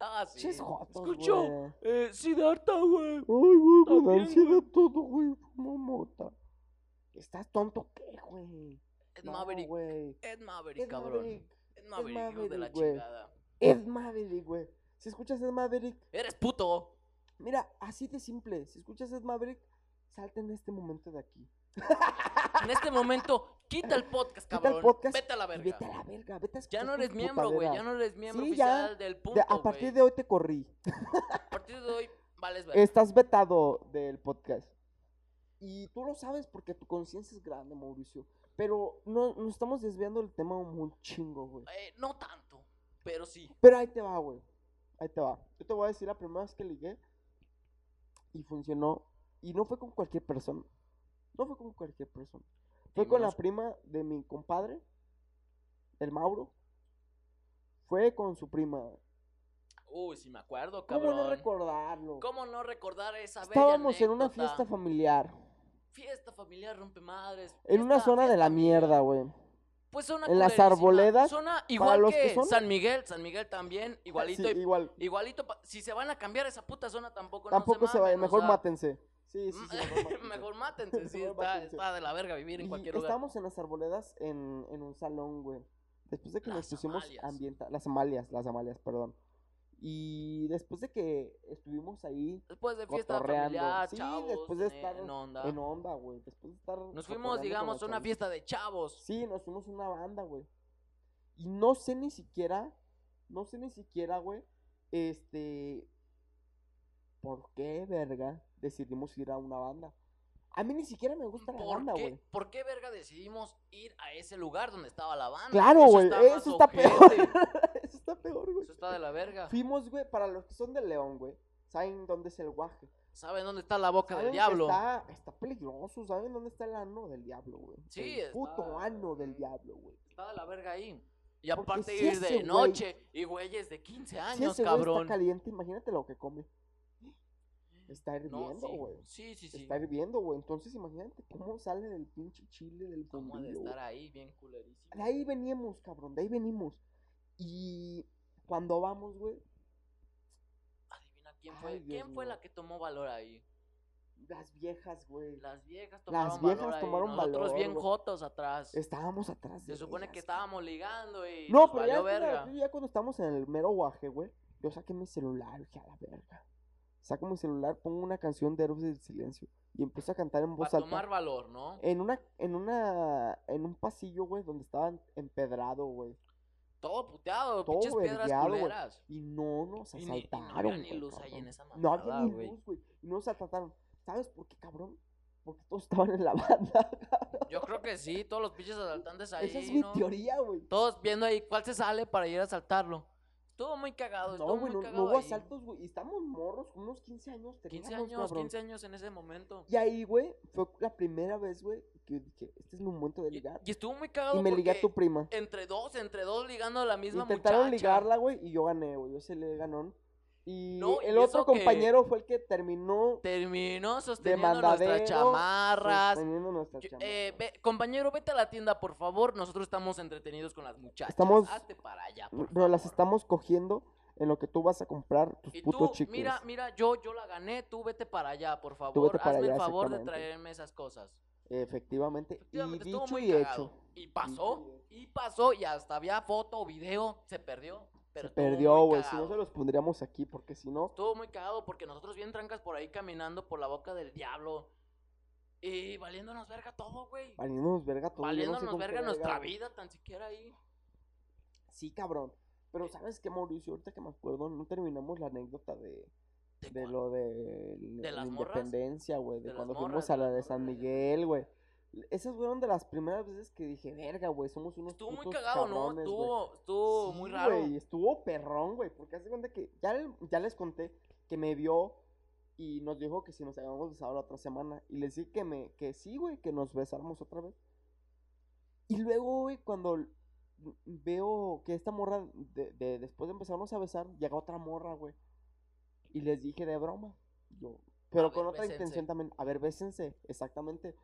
C: Ah, sí.
B: Ches jotos,
C: Escuchó.
B: güey.
C: Eh, Siddhartha, güey.
B: Ay, güey, me da
C: También,
B: ansiedad
C: güey.
B: todo, güey. Fumo mota. ¿Estás tonto qué, güey?
C: Ed
B: No,
C: Maverick.
B: güey.
C: Ed Maverick,
B: Ed
C: cabrón.
B: Maverick.
C: Ed Maverick, hijo de la
B: Maverick, güey.
C: chingada.
B: Ed Maverick, güey. Si escuchas Ed Maverick,
C: Eres puto.
B: mira, así de simple. Si escuchas Ed Maverick, salte en este momento de aquí.
C: En este momento, quita el podcast,
B: Quita el
C: cabrón.
B: podcast
C: Vete a la
B: Y
C: verga.
B: vete a la verga, vete
C: Ya
B: a escuchar
C: no
B: tus
C: eres miembro, güey. Ya
B: putaderas.
C: no eres miembro
B: Sí, ya.
C: oficial del punto.
B: De- a partir de hoy te corrí.
C: A partir de hoy, vales verga.
B: Estás vetado del podcast. Y tú lo sabes porque tu conciencia es grande, Mauricio. Pero no, nos estamos desviando del tema un chingo, güey.
C: Eh, no tanto, pero sí.
B: Pero ahí te va, güey. Ahí te va. Yo te voy a decir la primera vez que ligué y funcionó. Y no fue con cualquier persona. No fue con cualquier persona. Fue con la
C: Vámonos.
B: prima de mi compadre, el Mauro. Fue con su prima.
C: Uy, sí me acuerdo,
B: ¿Cómo
C: cabrón.
B: no recordarlo?
C: ¿Cómo no recordar esa bella
B: Estábamos en una
C: anécdota?
B: fiesta familiar.
C: Fiesta familiar rompe madres.
B: En una
C: fiesta-
B: zona de la
C: fiesta
B: mierda, güey.
C: Pues zona
B: En las
C: culerísima,
B: arboledas,
C: Zona igual
B: los
C: que,
B: que son-
C: San Miguel, San Miguel también, igualito.
B: Sí,
C: y-
B: igual.
C: Igualito, pa- si se van a cambiar esa puta zona tampoco
B: Tampoco
C: no
B: se vaya.
C: mamen, o
B: Mejor
C: sea,
B: mátense. Sí, sí, sí. Mejor mátense.
C: Mejor mátense, sí,
B: Mejor
C: está,
B: mátense.
C: está de la verga vivir en
B: Y
C: cualquier lugar.
B: estábamos en las arboledas en, en un salón, güey. Después de que
C: Las
B: nos pusimos
C: Amalias.
B: ambienta las amalias, las amalias, perdón. Y después de que estuvimos ahí
C: Después de fiesta
B: cotorreando.
C: familiar,
B: Sí,
C: chavos,
B: después de
C: en-
B: estar
C: en onda.
B: en onda, güey, después de estar
C: Nos
B: cotorreando
C: fuimos,
B: con
C: digamos,
B: los
C: a una
B: chavitos.
C: fiesta de chavos.
B: Sí, nos fuimos a una banda, güey. Y no sé ni siquiera, no sé ni siquiera, güey, este, por qué, verga, decidimos ir a una banda. A mí ni siquiera me gusta la
C: ¿Por
B: banda,
C: qué,
B: güey.
C: ¿Por qué verga decidimos ir a ese lugar donde estaba la banda?
B: Claro, güey,
C: más
B: eso está
C: ojete,
B: peor. Eso está peor, güey.
C: Eso está de la verga.
B: Fuimos, güey, para los que son de León, güey. Saben dónde es el guaje.
C: ¿Saben dónde está la boca
B: Saben
C: del
B: que
C: diablo?
B: Está, está peligroso, ¿saben dónde está el ano del diablo, güey?
C: Sí,
B: El
C: está-
B: puto ano del diablo, güey.
C: Está de la verga ahí. Y
B: Porque
C: aparte
B: si
C: ir
B: ese
C: de
B: güey-
C: noche y güeyes de 15
B: Si
C: años,
B: ese güey
C: cabrón.
B: está caliente, imagínate lo que come. Está
C: No,
B: hirviendo,
C: sí.
B: güey.
C: sí, sí, sí.
B: Está hirviendo, güey. Entonces, imagínate cómo sale del pinche chile del
C: Como de
B: fundillo, güey.
C: estar ahí bien culerísimo.
B: De ahí veníamos, cabrón, de ahí venimos. Y cuando vamos, güey,
C: Adivina quién fue.
B: Ay, Dios
C: ¿Quién fue
B: mío.
C: la que tomó valor ahí?
B: las viejas, güey.
C: Las viejas tomaron
B: viejas
C: valor. ahí,
B: tomaron
C: Nosotros
B: valor,
C: bien
B: güey.
C: jotos atrás.
B: Estábamos atrás de
C: Se supone que
B: ellas, cabrón.
C: estábamos ligando y
B: No,
C: nos
B: pero ya,
C: valió
B: mira,
C: verga.
B: yo ya cuando estamos en el mero guaje, güey, yo saqué mi celular, dije, a la verga. Saco mi celular, pongo una canción de Héroes del Silencio y empiezo a cantar en voz
C: Para
B: alta.
C: tomar valor, ¿no?
B: En una, en una, en un pasillo, güey, donde estaban empedrado, güey.
C: Todo puteado,
B: Todo
C: pinches piedras
B: vergueado, güey.
C: culeras.
B: Y no nos
C: Y ni- y no
B: asaltaron,
C: había ni
B: güey,
C: luz ahí en
B: cabrón.
C: esa
B: No había
C: mamada,
B: ni
C: güey.
B: luz, güey. Y no nos asaltaron. ¿Sabes por qué, cabrón? Porque todos estaban en la banda.
C: Yo creo que sí, todos los pinches asaltantes ahí,
B: Esa es mi
C: ¿no?
B: teoría, güey.
C: Todos viendo ahí cuál se sale para ir a asaltarlo. Estuvo muy cagado,
B: No,
C: estuvo
B: güey,
C: muy
B: no, no
C: cagado
B: hubo
C: ahí.
B: asaltos, güey. Y estamos morros, con unos 15 años.
C: 15
B: teníamos,
C: años,
B: cabrón.
C: 15 años en ese momento.
B: Y ahí, güey, fue la primera vez, güey, que dije, este es mi momento de
C: Y,
B: ligar.
C: y estuvo muy cagado
B: Y me
C: porque
B: ligué a tu prima.
C: entre dos, entre dos ligando a la misma
B: Intentaron
C: muchacha.
B: ligarla, güey, y yo gané, güey. Yo se le ganó. Y
C: No,
B: el
C: y
B: otro
C: eso que-
B: compañero fue el que terminó
C: Terminó
B: de
C: sosteniendo
B: mandadero.
C: nuestras chamarras.
B: sosteniendo nuestras
C: Yo-
B: chamarras.
C: eh, ve- compañero, vete a la tienda, por favor. Nosotros estamos entretenidos con las muchachas.
B: Estamos-
C: Hazte para allá, por
B: Pero las
C: favor.
B: estamos cogiendo en lo que tú vas a comprar tus
C: Y
B: putos
C: tú,
B: chicos.
C: mira, mira, yo, yo la gané. Tú vete para allá, por favor.
B: para
C: Hazme el
B: allá,
C: favor de
B: exactamente.
C: traerme esas cosas.
B: Efectivamente.
C: Efectivamente,
B: y
C: estuvo
B: dicho
C: muy
B: y
C: cagado.
B: hecho.
C: Y pasó,
B: Dicho
C: y pasó, y hasta había foto, video, se perdió. Pero
B: se
C: estuvo
B: perdió,
C: muy
B: güey. Si no
C: cagado.
B: se los pondríamos aquí, porque si no.
C: Estuvo muy cagado porque nosotros bien trancas por ahí caminando por la boca del diablo. Y valiéndonos verga todo, güey.
B: Valiéndonos verga todo. yo no sé
C: Valiéndonos
B: con qué
C: verga nuestra
B: güey.
C: vida, tan siquiera ahí.
B: Sí, cabrón. Pero ¿sabes qué, Mauricio? Ahorita que me acuerdo, no terminamos la anécdota de,
C: Te
B: de
C: cua-
B: lo de,
C: ¿De
B: la
C: las morras?
B: independencia, güey. De,
C: De las
B: cuando
C: morras,
B: fuimos
C: de
B: a la
C: las
B: de San
C: morras.
B: Miguel, güey. Esas fueron de las primeras veces que dije, verga, güey, somos unos
C: Estuvo muy
B: putos
C: cagado, ¿no?
B: cabrones, güey".
C: Estuvo, estuvo
B: Sí,
C: muy raro.
B: güey, estuvo perrón, güey, porque hace cuenta que ya, le- ya les conté que me vio y nos dijo que si nos habíamos besado la otra semana. Y le dije que, me, que sí, güey, que nos besáramos otra vez. Y luego, güey, cuando l- veo que esta morra, de, de- después de empezarnos a besar, llega otra morra, güey. Y les dije de broma. Yo, pero
C: ver,
B: con otra
C: bésense.
B: intención también. A ver, bésense, exactamente.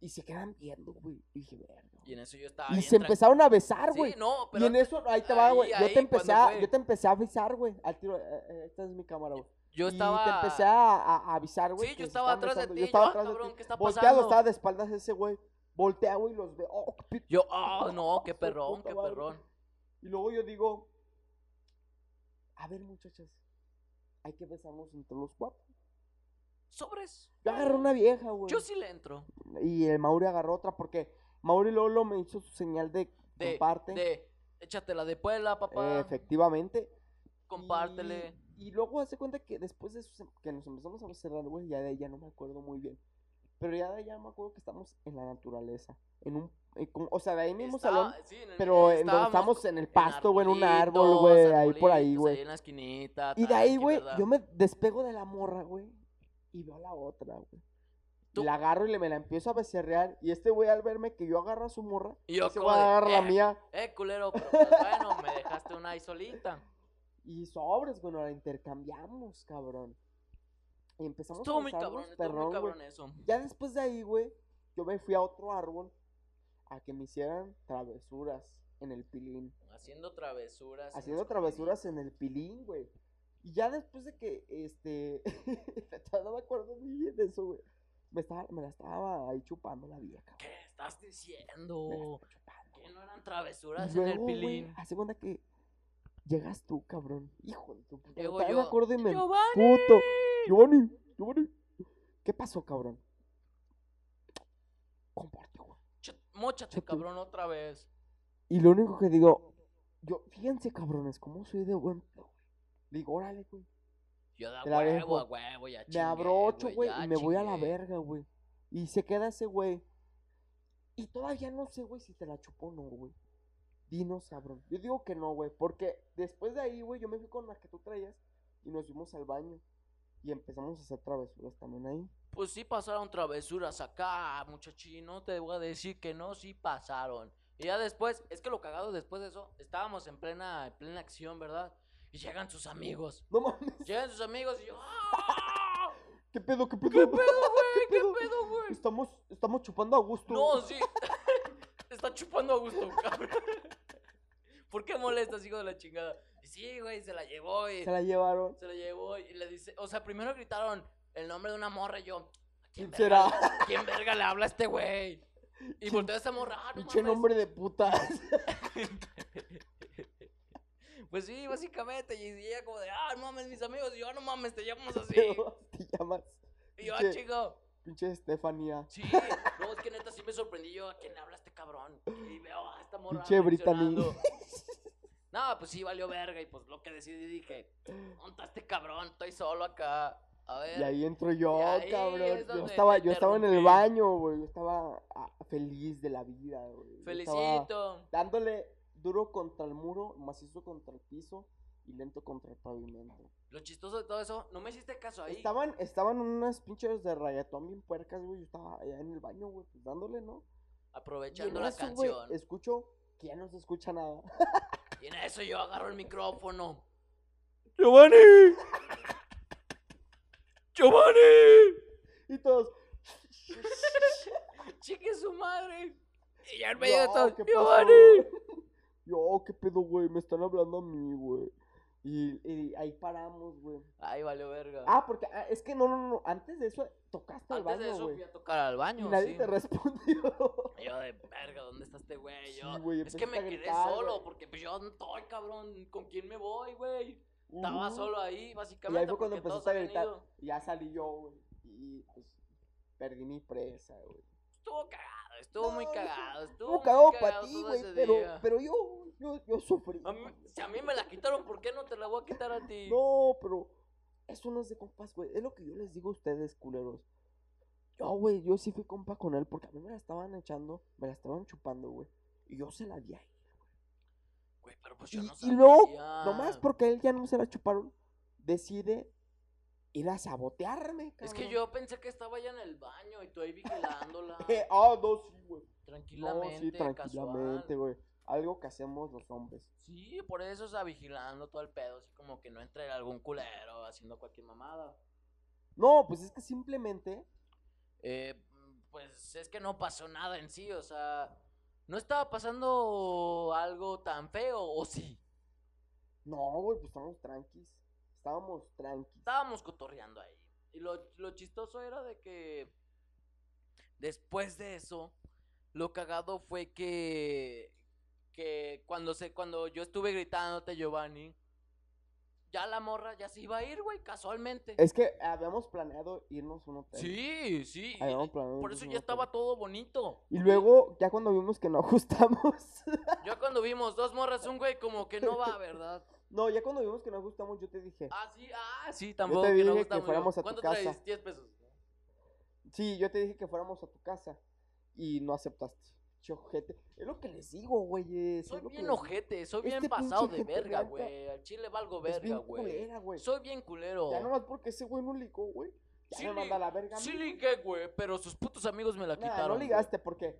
B: Y se quedan viendo, güey. Y dije, verga.
C: Y en eso yo estaba.
B: Y
C: bien
B: se
C: tran-
B: empezaron a besar,
C: Sí,
B: güey.
C: no,
B: Y
C: pero.
B: en eso, ahí te va,
C: ahí-
B: güey. Yo,
C: ahí
B: te empecé
C: cuando
B: a-
C: fue.
B: yo te empecé a avisar, güey. Al tiro, eh, eh, esta es mi cámara, güey.
C: Yo
B: Y te
C: estaba.
B: empecé a, a- a avisar, güey.
C: sí,
B: que
C: yo
B: se
C: estaba
B: estaban
C: atrás de
B: besando.
C: ti.
B: Yo estaba
C: ah,
B: atrás de
C: cabrón,
B: ti.
C: ¿qué está
B: Volteado,
C: pasando?
B: estaba de espaldas ese, güey. Voltea, güey, y los veo. Oh, qué pito.
C: Yo, ah, no, qué
B: Su
C: perrón,
B: puta
C: qué
B: madre.
C: perrón.
B: Y luego yo digo, a ver, muchachas, hay que besarnos entre los cuatro.
C: Sobres.
B: Yo agarré una vieja, güey.
C: Yo sí le entro.
B: Y el Mauri agarró otra porque Mauri Lolo me hizo su señal de,
C: De,
B: comparte.
C: de, échatela de puela,
B: Eh,
C: papá.
B: efectivamente.
C: compártele.
B: Y, y luego hace cuenta que después de eso se- que nos empezamos a cerrar, güey, ya de ahí ya no me acuerdo muy bien. Pero ya de allá me acuerdo que estamos en la naturaleza. En un, eh, como- o sea, de ahí mismo
C: Estaba-
B: salón.
C: sí, en el-
B: Pero en donde
C: estábamos
B: estamos en el
C: en
B: pasto, güey, en un árbol,
C: arbolitos,
B: güey, ahí por ahí,
C: arbolitos,
B: güey.
C: en la esquinita.
B: Y de
C: tal,
B: ahí,
C: que
B: güey,
C: verdad.
B: yo me despego de la morra, güey. Y veo a la otra, güey.
C: Tú-
B: Y La agarro y le, me la empiezo a becerrear. Y este güey, al verme que yo agarro a su morra,
C: Y yo
B: se
C: como
B: va
C: de,
B: a agarrar la
C: eh,
B: mía.
C: Eh, culero, pero pues, bueno, me dejaste una ahí solita.
B: Y sobres, güey, nos la intercambiamos, cabrón. Y empezamos
C: Estuvo
B: a
C: muy
B: besarnos,
C: cabrón, estuvo
B: perrón,
C: muy
B: güey.
C: cabrón eso.
B: Ya después de ahí, güey, yo me fui a otro árbol a que me hicieran travesuras en el pilín.
C: Haciendo travesuras. en
B: Haciendo
C: las
B: travesuras en el pilín, güey. Y ya después de que, este, no me acuerdo muy bien de eso, güey. Me, estaba, me la estaba ahí chupando la vieja.
C: ¿Qué
B: güey.
C: estás diciendo?
B: Me la estaba chupando.
C: Que no eran
B: Y
C: travesuras en el
B: luego, güey,
C: pilín.
B: hace cuenta que llegas tú, cabrón. Hijo de tu puta.
C: Llego
B: todavía
C: yo,
B: me acuerdo y me
C: Giovanni.
B: puto. Giovanni, Giovanni. ¿Qué pasó, cabrón? Comparte, güey.
C: Ch- Móchate,
B: Chate.
C: cabrón, otra vez.
B: Y lo único que digo, yo, fíjense, cabrones, cómo soy de buen pedo, güey. Le digo, órale, güey.
C: Yo da
B: Te la
C: huevo,
B: dejo.
C: a huevo, ya
B: Me
C: chingué,
B: abrocho, güey,
C: ya
B: y me voy a la
C: chingué.
B: verga, güey. Y se queda ese güey. Y todavía no sé, güey, si te la chupó o no, güey. Dinos, cabrón. Yo digo que no, güey, porque después de ahí, güey, yo me fui con la que tú traías y nos fuimos al baño. Y empezamos a hacer travesuras también ahí.
C: Pues sí pasaron travesuras acá, muchachín, no te voy a decir que no, sí pasaron. Y ya después, es que lo cagado después de eso, estábamos en plena, en plena acción, ¿verdad? Y llegan sus amigos.
B: No mames,
C: Llegan sus amigos y yo. ¡ah!
B: ¿qué pedo, qué pedo?
C: ¿Qué pedo, güey? ¿Qué
B: pedo?
C: pedo, güey?
B: Estamos, estamos chupando a gusto.
C: No, sí. Te está chupando a gusto, cabrón. ¿Por qué molestas, hijo de la chingada? Y Sí, güey, se la llevó y
B: Se la llevaron.
C: se la llevó y le dice, o sea, primero gritaron el nombre de una morra y yo, ¿a quién,
B: ¿Quién
C: verga,
B: será?
C: ¿a quién verga le habla a este güey? Y volteó a esa morra, ah, no
B: Pinche
C: mames.
B: nombre de putas.
C: Pues sí, básicamente, y ella como de, ah, no mames, mis amigos, y yo, "Ah, no mames, te llamamos así.
B: Te llamas.
C: Y yo, ah,
B: pinche-
C: chico,
B: Pinche Estefanía.
C: sí, no, es que neta sí me sorprendí yo, ¿a quién le habla este cabrón? Y veo a esta morra
B: Pinche Brittany.
C: reaccionando. No, pues sí, valió verga, y pues lo que decidí dije, ¿dónde este cabrón? Estoy solo acá, a ver.
B: Y ahí entro yo,
C: Y ahí es
B: cabrón. Yo
C: donde
B: estaba,
C: te
B: yo estaba en el
C: interrumpí.
B: baño, güey. Yo estaba ah, feliz de la vida, güey. Yo estaba
C: Felicito.
B: Dándole duro contra el muro, macizo contra el piso y lento contra el pavimento.
C: Lo chistoso de todo eso, no me hiciste caso ahí.
B: Estaban, estaban unas pinches de rayatón bien puercas, güey. Yo estaba allá en el baño, güey, pues dándole, ¿no? Y en
C: Aprovechando la
B: eso, güey,
C: canción.
B: escucho que ya no se escucha nada.
C: Y en eso yo agarro el micrófono.
B: ¡Giovanni!
C: ¡Giovanni!
B: Y todos,
C: Chique su madre. Y ya en
B: Yo,
C: medio de todo,
B: ¿qué pasó?
C: ¡Giovanni!
B: Yo, qué pedo, güey, me están hablando a mí, güey. Y, y ahí paramos, güey.
C: Ay, valió verga.
B: Ah, porque ah, es que no, no, no. Antes de eso tocaste el
C: Antes de
B: baño,
C: eso
B: güey.
C: fui a tocar al
B: Y
C: baño.
B: nadie
C: sí.
B: te respondió.
C: Yo de verga, ¿dónde está este güey?
B: Sí,
C: Yo,
B: güey,
C: es que
B: empezaste
C: me
B: a
C: quedé
B: gritar,
C: solo,
B: güey.
C: porque pues yo no estoy, cabrón. ¿Con quién me voy, güey? Estaba
B: Ujú.
C: solo ahí,
B: Y
C: básicamente.
B: ahí fue cuando
C: porque todos
B: empezaste a
C: habían
B: gritar.
C: ido.
B: Y ya salí yo, güey. Y pues perdí mi presa, güey.
C: Estuvo cagado, estuvo muy
B: No, estuvo-
C: cagado. Estuvo
B: No,
C: muy
B: cagado
C: cagado
B: para ti,
C: todo
B: güey.
C: ese
B: Pero,
C: día.
B: pero yo, yo, yo sufrí.
C: A mí- si a mí me la quitaron, ¿por qué no te la voy a quitar a ti?
B: No, pero eso no es de compas, güey. Es lo que yo les digo a ustedes, culeros. Yo, güey, yo sí fui compa con él porque a mí me la estaban echando, me la estaban chupando, güey. Y yo se la di a él.
C: Güey, pero pues yo
B: Y-
C: no
B: y luego,
C: sabía.
B: Nomás porque él ya no se la chuparon, decide ir a sabotearme,
C: Es que
B: cabrón.
C: yo pensé que estaba ya en el baño y tú ahí vigilándola.
B: Eh, ah, no, sí, güey. No,
C: tranquilamente,
B: sí, tranquilamente,
C: casual.
B: güey. Algo que hacemos los hombres.
C: Sí, por eso está vigilando todo el pedo, así como que no entre algún culero haciendo cualquier mamada.
B: No, pues es que simplemente.
C: Eh, pues es que no pasó nada en sí, o sea, no estaba pasando algo tan feo, o sí.
B: No, güey, pues estábamos tranquis. Estábamos tranquis.
C: Estábamos cotorreando ahí. Y lo, lo chistoso era de que después de eso, lo cagado fue que, que cuando, se, cuando yo estuve gritándote, Giovanni, ya la morra ya se iba a ir, güey, casualmente.
B: Es que habíamos planeado irnos a un hotel.
C: Sí, sí.
B: Habíamos planeado
C: Por
B: irnos
C: eso
B: a un
C: ya
B: hotel.
C: estaba todo bonito.
B: Y luego, ya cuando vimos que no ajustamos.
C: Ya cuando vimos dos morras, un güey como que no va, ¿verdad?
B: no, ya cuando vimos que no ajustamos, yo te dije.
C: Ah, sí, ah, sí, tampoco.
B: te
C: que no
B: dije que
C: gusta mucho.
B: fuéramos a tu
C: ¿Cuánto
B: casa.
C: traes? 10 pesos.
B: Sí, yo te dije que fuéramos a tu casa. Y no aceptaste. Che, ojete. Es lo que les digo, güey. es
C: Soy
B: lo que
C: bien
B: les-
C: ojete, soy bien
B: Este
C: pasado
B: pinche
C: de
B: gente
C: verga,
B: blanca
C: güey. Al chile valgo
B: Es bien
C: verga, güey.
B: culera, güey.
C: Soy bien culero.
B: Ya nomás porque ese güey no ligó, güey. Ya
C: Sí
B: me
C: li-
B: manda a la verga. a
C: Sí
B: mí, güey.
C: ligué, güey, pero sus putos amigos me la
B: Nah,
C: quitaron.
B: no
C: güey.
B: ligaste porque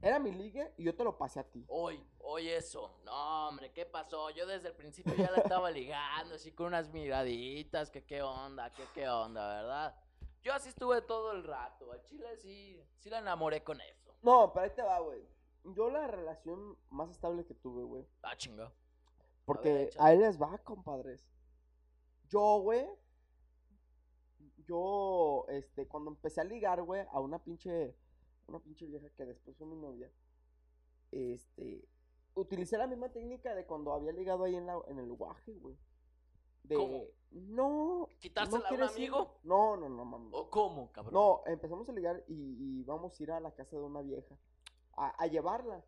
B: era mi ligue y yo te lo pasé a ti.
C: Hoy, hoy eso. No, hombre, ¿qué pasó? Yo desde el principio ya la estaba ligando, así con unas miraditas, que qué onda, que qué onda, ¿verdad? Yo así estuve todo el rato. Al chile sí, sí la enamoré con eso.
B: No, pero ahí te va, güey. Yo la relación más estable que tuve, güey.
C: Ah, chinga. ver,
B: Porque
C: échale.
B: a él les va, compadres. Yo, güey. Yo, este, cuando empecé a ligar, güey, a una pinche. Una pinche vieja que después fue mi novia. Este. Utilicé la misma técnica de cuando había ligado ahí en, la, en el guaje, güey. De.
C: ¿Cómo?
B: No.
C: ¿Quitársela
B: no
C: a un
B: quieres ir.
C: amigo?
B: No, no, no, mami.
C: ¿O cómo, cabrón?
B: No, empezamos a ligar y, y vamos a ir a la casa de una vieja a, a llevarla.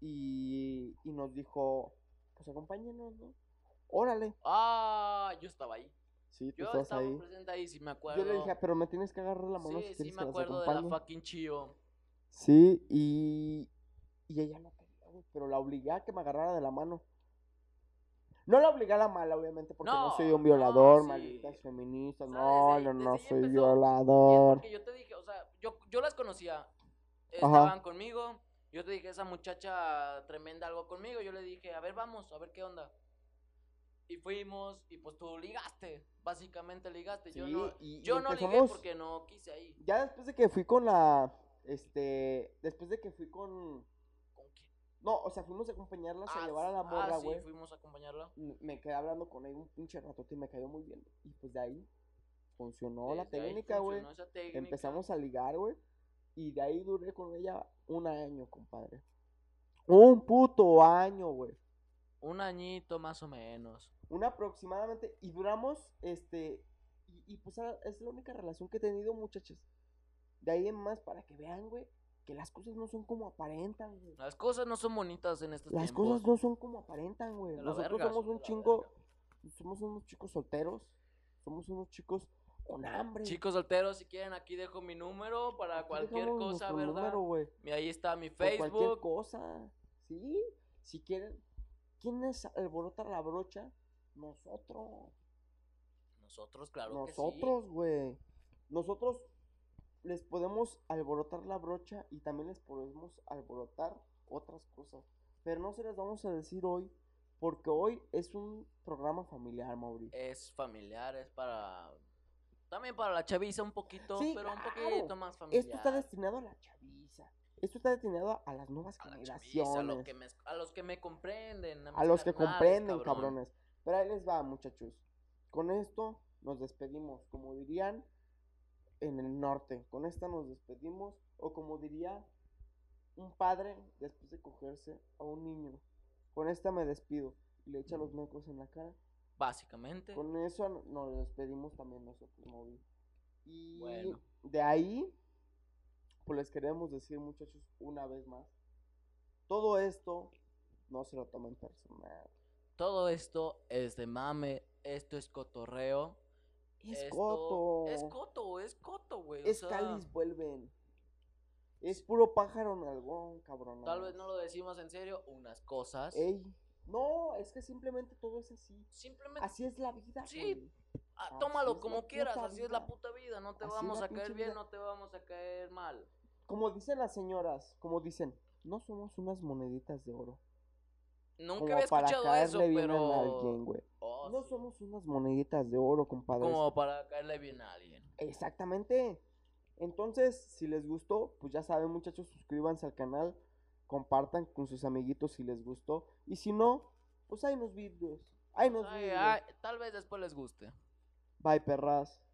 B: Y, y nos dijo, pues acompáñenos, ¿no? Órale.
C: Ah, yo estaba ahí.
B: Sí, tú
C: Yo
B: estás
C: estaba
B: ahí.
C: presente ahí, sí me acuerdo.
B: Yo le dije, pero me tienes que agarrar la mano
C: sí,
B: si
C: sí
B: quieres
C: me
B: que nos
C: acuerdo de la
B: acompañe.
C: fucking chío.
B: Sí, y, y ella no quería, güey, pero la obligué a que me agarrara de la mano. No la obligué a la mala, obviamente, porque no,
C: No,
B: soy un
C: no,
B: violador,
C: sí.
B: malditas feministas.
C: O sea,
B: No,
C: desde
B: no,
C: ahí- desde
B: no
C: ahí
B: soy
C: empezó. Y es
B: violador.
C: porque yo te dije, o sea, yo, yo las conocía. Estaban conmigo. Yo te dije, esa muchacha tremenda algo conmigo. Yo le dije, a ver, vamos, a ver qué onda. Y fuimos, y pues tú ligaste. Básicamente ligaste. yo
B: Sí,
C: no,
B: y- y
C: yo no ligué
B: empezamos-
C: porque no quise ahí.
B: Ya después de que fui con la. Este. Después de que fui con.
C: ¿Con quién?
B: No, o sea, fuimos a acompañarlas
C: Ah,
B: a llevar a la
C: sí,
B: morra,
C: ah, sí,
B: güey.
C: fuimos a acompañarla.
B: M- me quedé hablando con ella un pinche ratote y me cayó muy bien. Y pues de ahí funcionó la
C: Desde ahí
B: técnica, güey.
C: funcionó esa técnica.
B: Empezamos a ligar, güey. Y de ahí duré con ella un año, compadre. Un puto año, güey.
C: Un añito más o menos.
B: Un aproximadamente. Y duramos, este. Y, y, pues ah, es la única relación que he tenido, muchachas. De ahí en más, para que vean, güey, que las cosas no son como aparentan, güey.
C: Las cosas no son bonitas en estos
B: Las
C: tiempos.
B: cosas no son como aparentan, güey.
C: De la
B: Nosotros
C: verga,
B: somos
C: son
B: un
C: de la
B: chingo. Somos unos chicos solteros. Somos unos chicos con hambre.
C: Chicos solteros, si quieren, aquí dejo mi número para
B: Aquí
C: cualquier
B: dejamos
C: cosa,
B: nuestro
C: ¿verdad?
B: número, güey,
C: Y ahí está mi
B: por cualquier
C: Facebook.
B: cosa. Sí. Si quieren. ¿Quién es alborotar la brocha? Nosotros.
C: Nosotros, claro
B: Nosotros, güey. Nosotros les podemos alborotar la brocha y también les podemos alborotar otras cosas. Pero no se las vamos a decir hoy porque hoy es un programa familiar, Mauri.
C: que sí. Es familiar, es para. También para la chaviza un poquito,
B: Sí,
C: pero un
B: claro.
C: poquito más familiar.
B: Esto está destinado a la chaviza. Esto está destinado a, a las nuevas
C: a, la chaviza, a
B: generaciones.
C: lo que me- a los que me comprenden.
B: a los que comprenden,
C: cabrones
B: cabrones. Pero ahí les va, muchachos. Con esto nos despedimos, como dirían en el norte. Con esta nos despedimos, o como diría un padre después de cogerse a un niño. Con esta me despido. y Le echa los mocos en la cara.
C: Básicamente.
B: Con eso no- nos despedimos también nosotros, Moby. Y
C: Bueno.
B: de ahí, pues les queremos decir, muchachos, una vez más, todo esto no se lo tomen personal.
C: Todo esto es de mame. Esto es cotorreo.
B: Es
C: esto-
B: coto.
C: Es coto, es coto, güey. o
B: Es
C: sea,
B: cáliz, vuelven. Es puro pájaro nalgón, cabrón.
C: Tal vez no lo decimos en serio. Unas cosas.
B: Ey, no, es que simplemente todo es así.
C: Simplemente
B: Así es la vida.
C: Sí,
B: güey.
C: ah,
B: así es
C: tómalo
B: la
C: como quieras.
B: puta
C: Así es la
B: vida.
C: puta vida. No te
B: Así es
C: vamos
B: la
C: a caer
B: pinche
C: bien,
B: vida.
C: no te vamos a caer mal.
B: Como dicen las señoras, como dicen, no somos unas moneditas de oro.
C: Nunca
B: Como
C: había
B: para
C: escuchado
B: caerle
C: eso,
B: bien
C: pero.
B: a alguien, güey.
C: Oh,
B: No
C: sí.
B: somos unas moneditas de oro, compadre.
C: Como para caerle bien a alguien.
B: Exactamente. Entonces, si les gustó, pues ya saben, muchachos, suscríbanse al canal, compartan con sus amiguitos si les gustó. Y si no, pues hay unos vídeos. Hay unos
C: Ay,
B: vídeos.
C: ay, tal vez después les guste.
B: Bye, perras.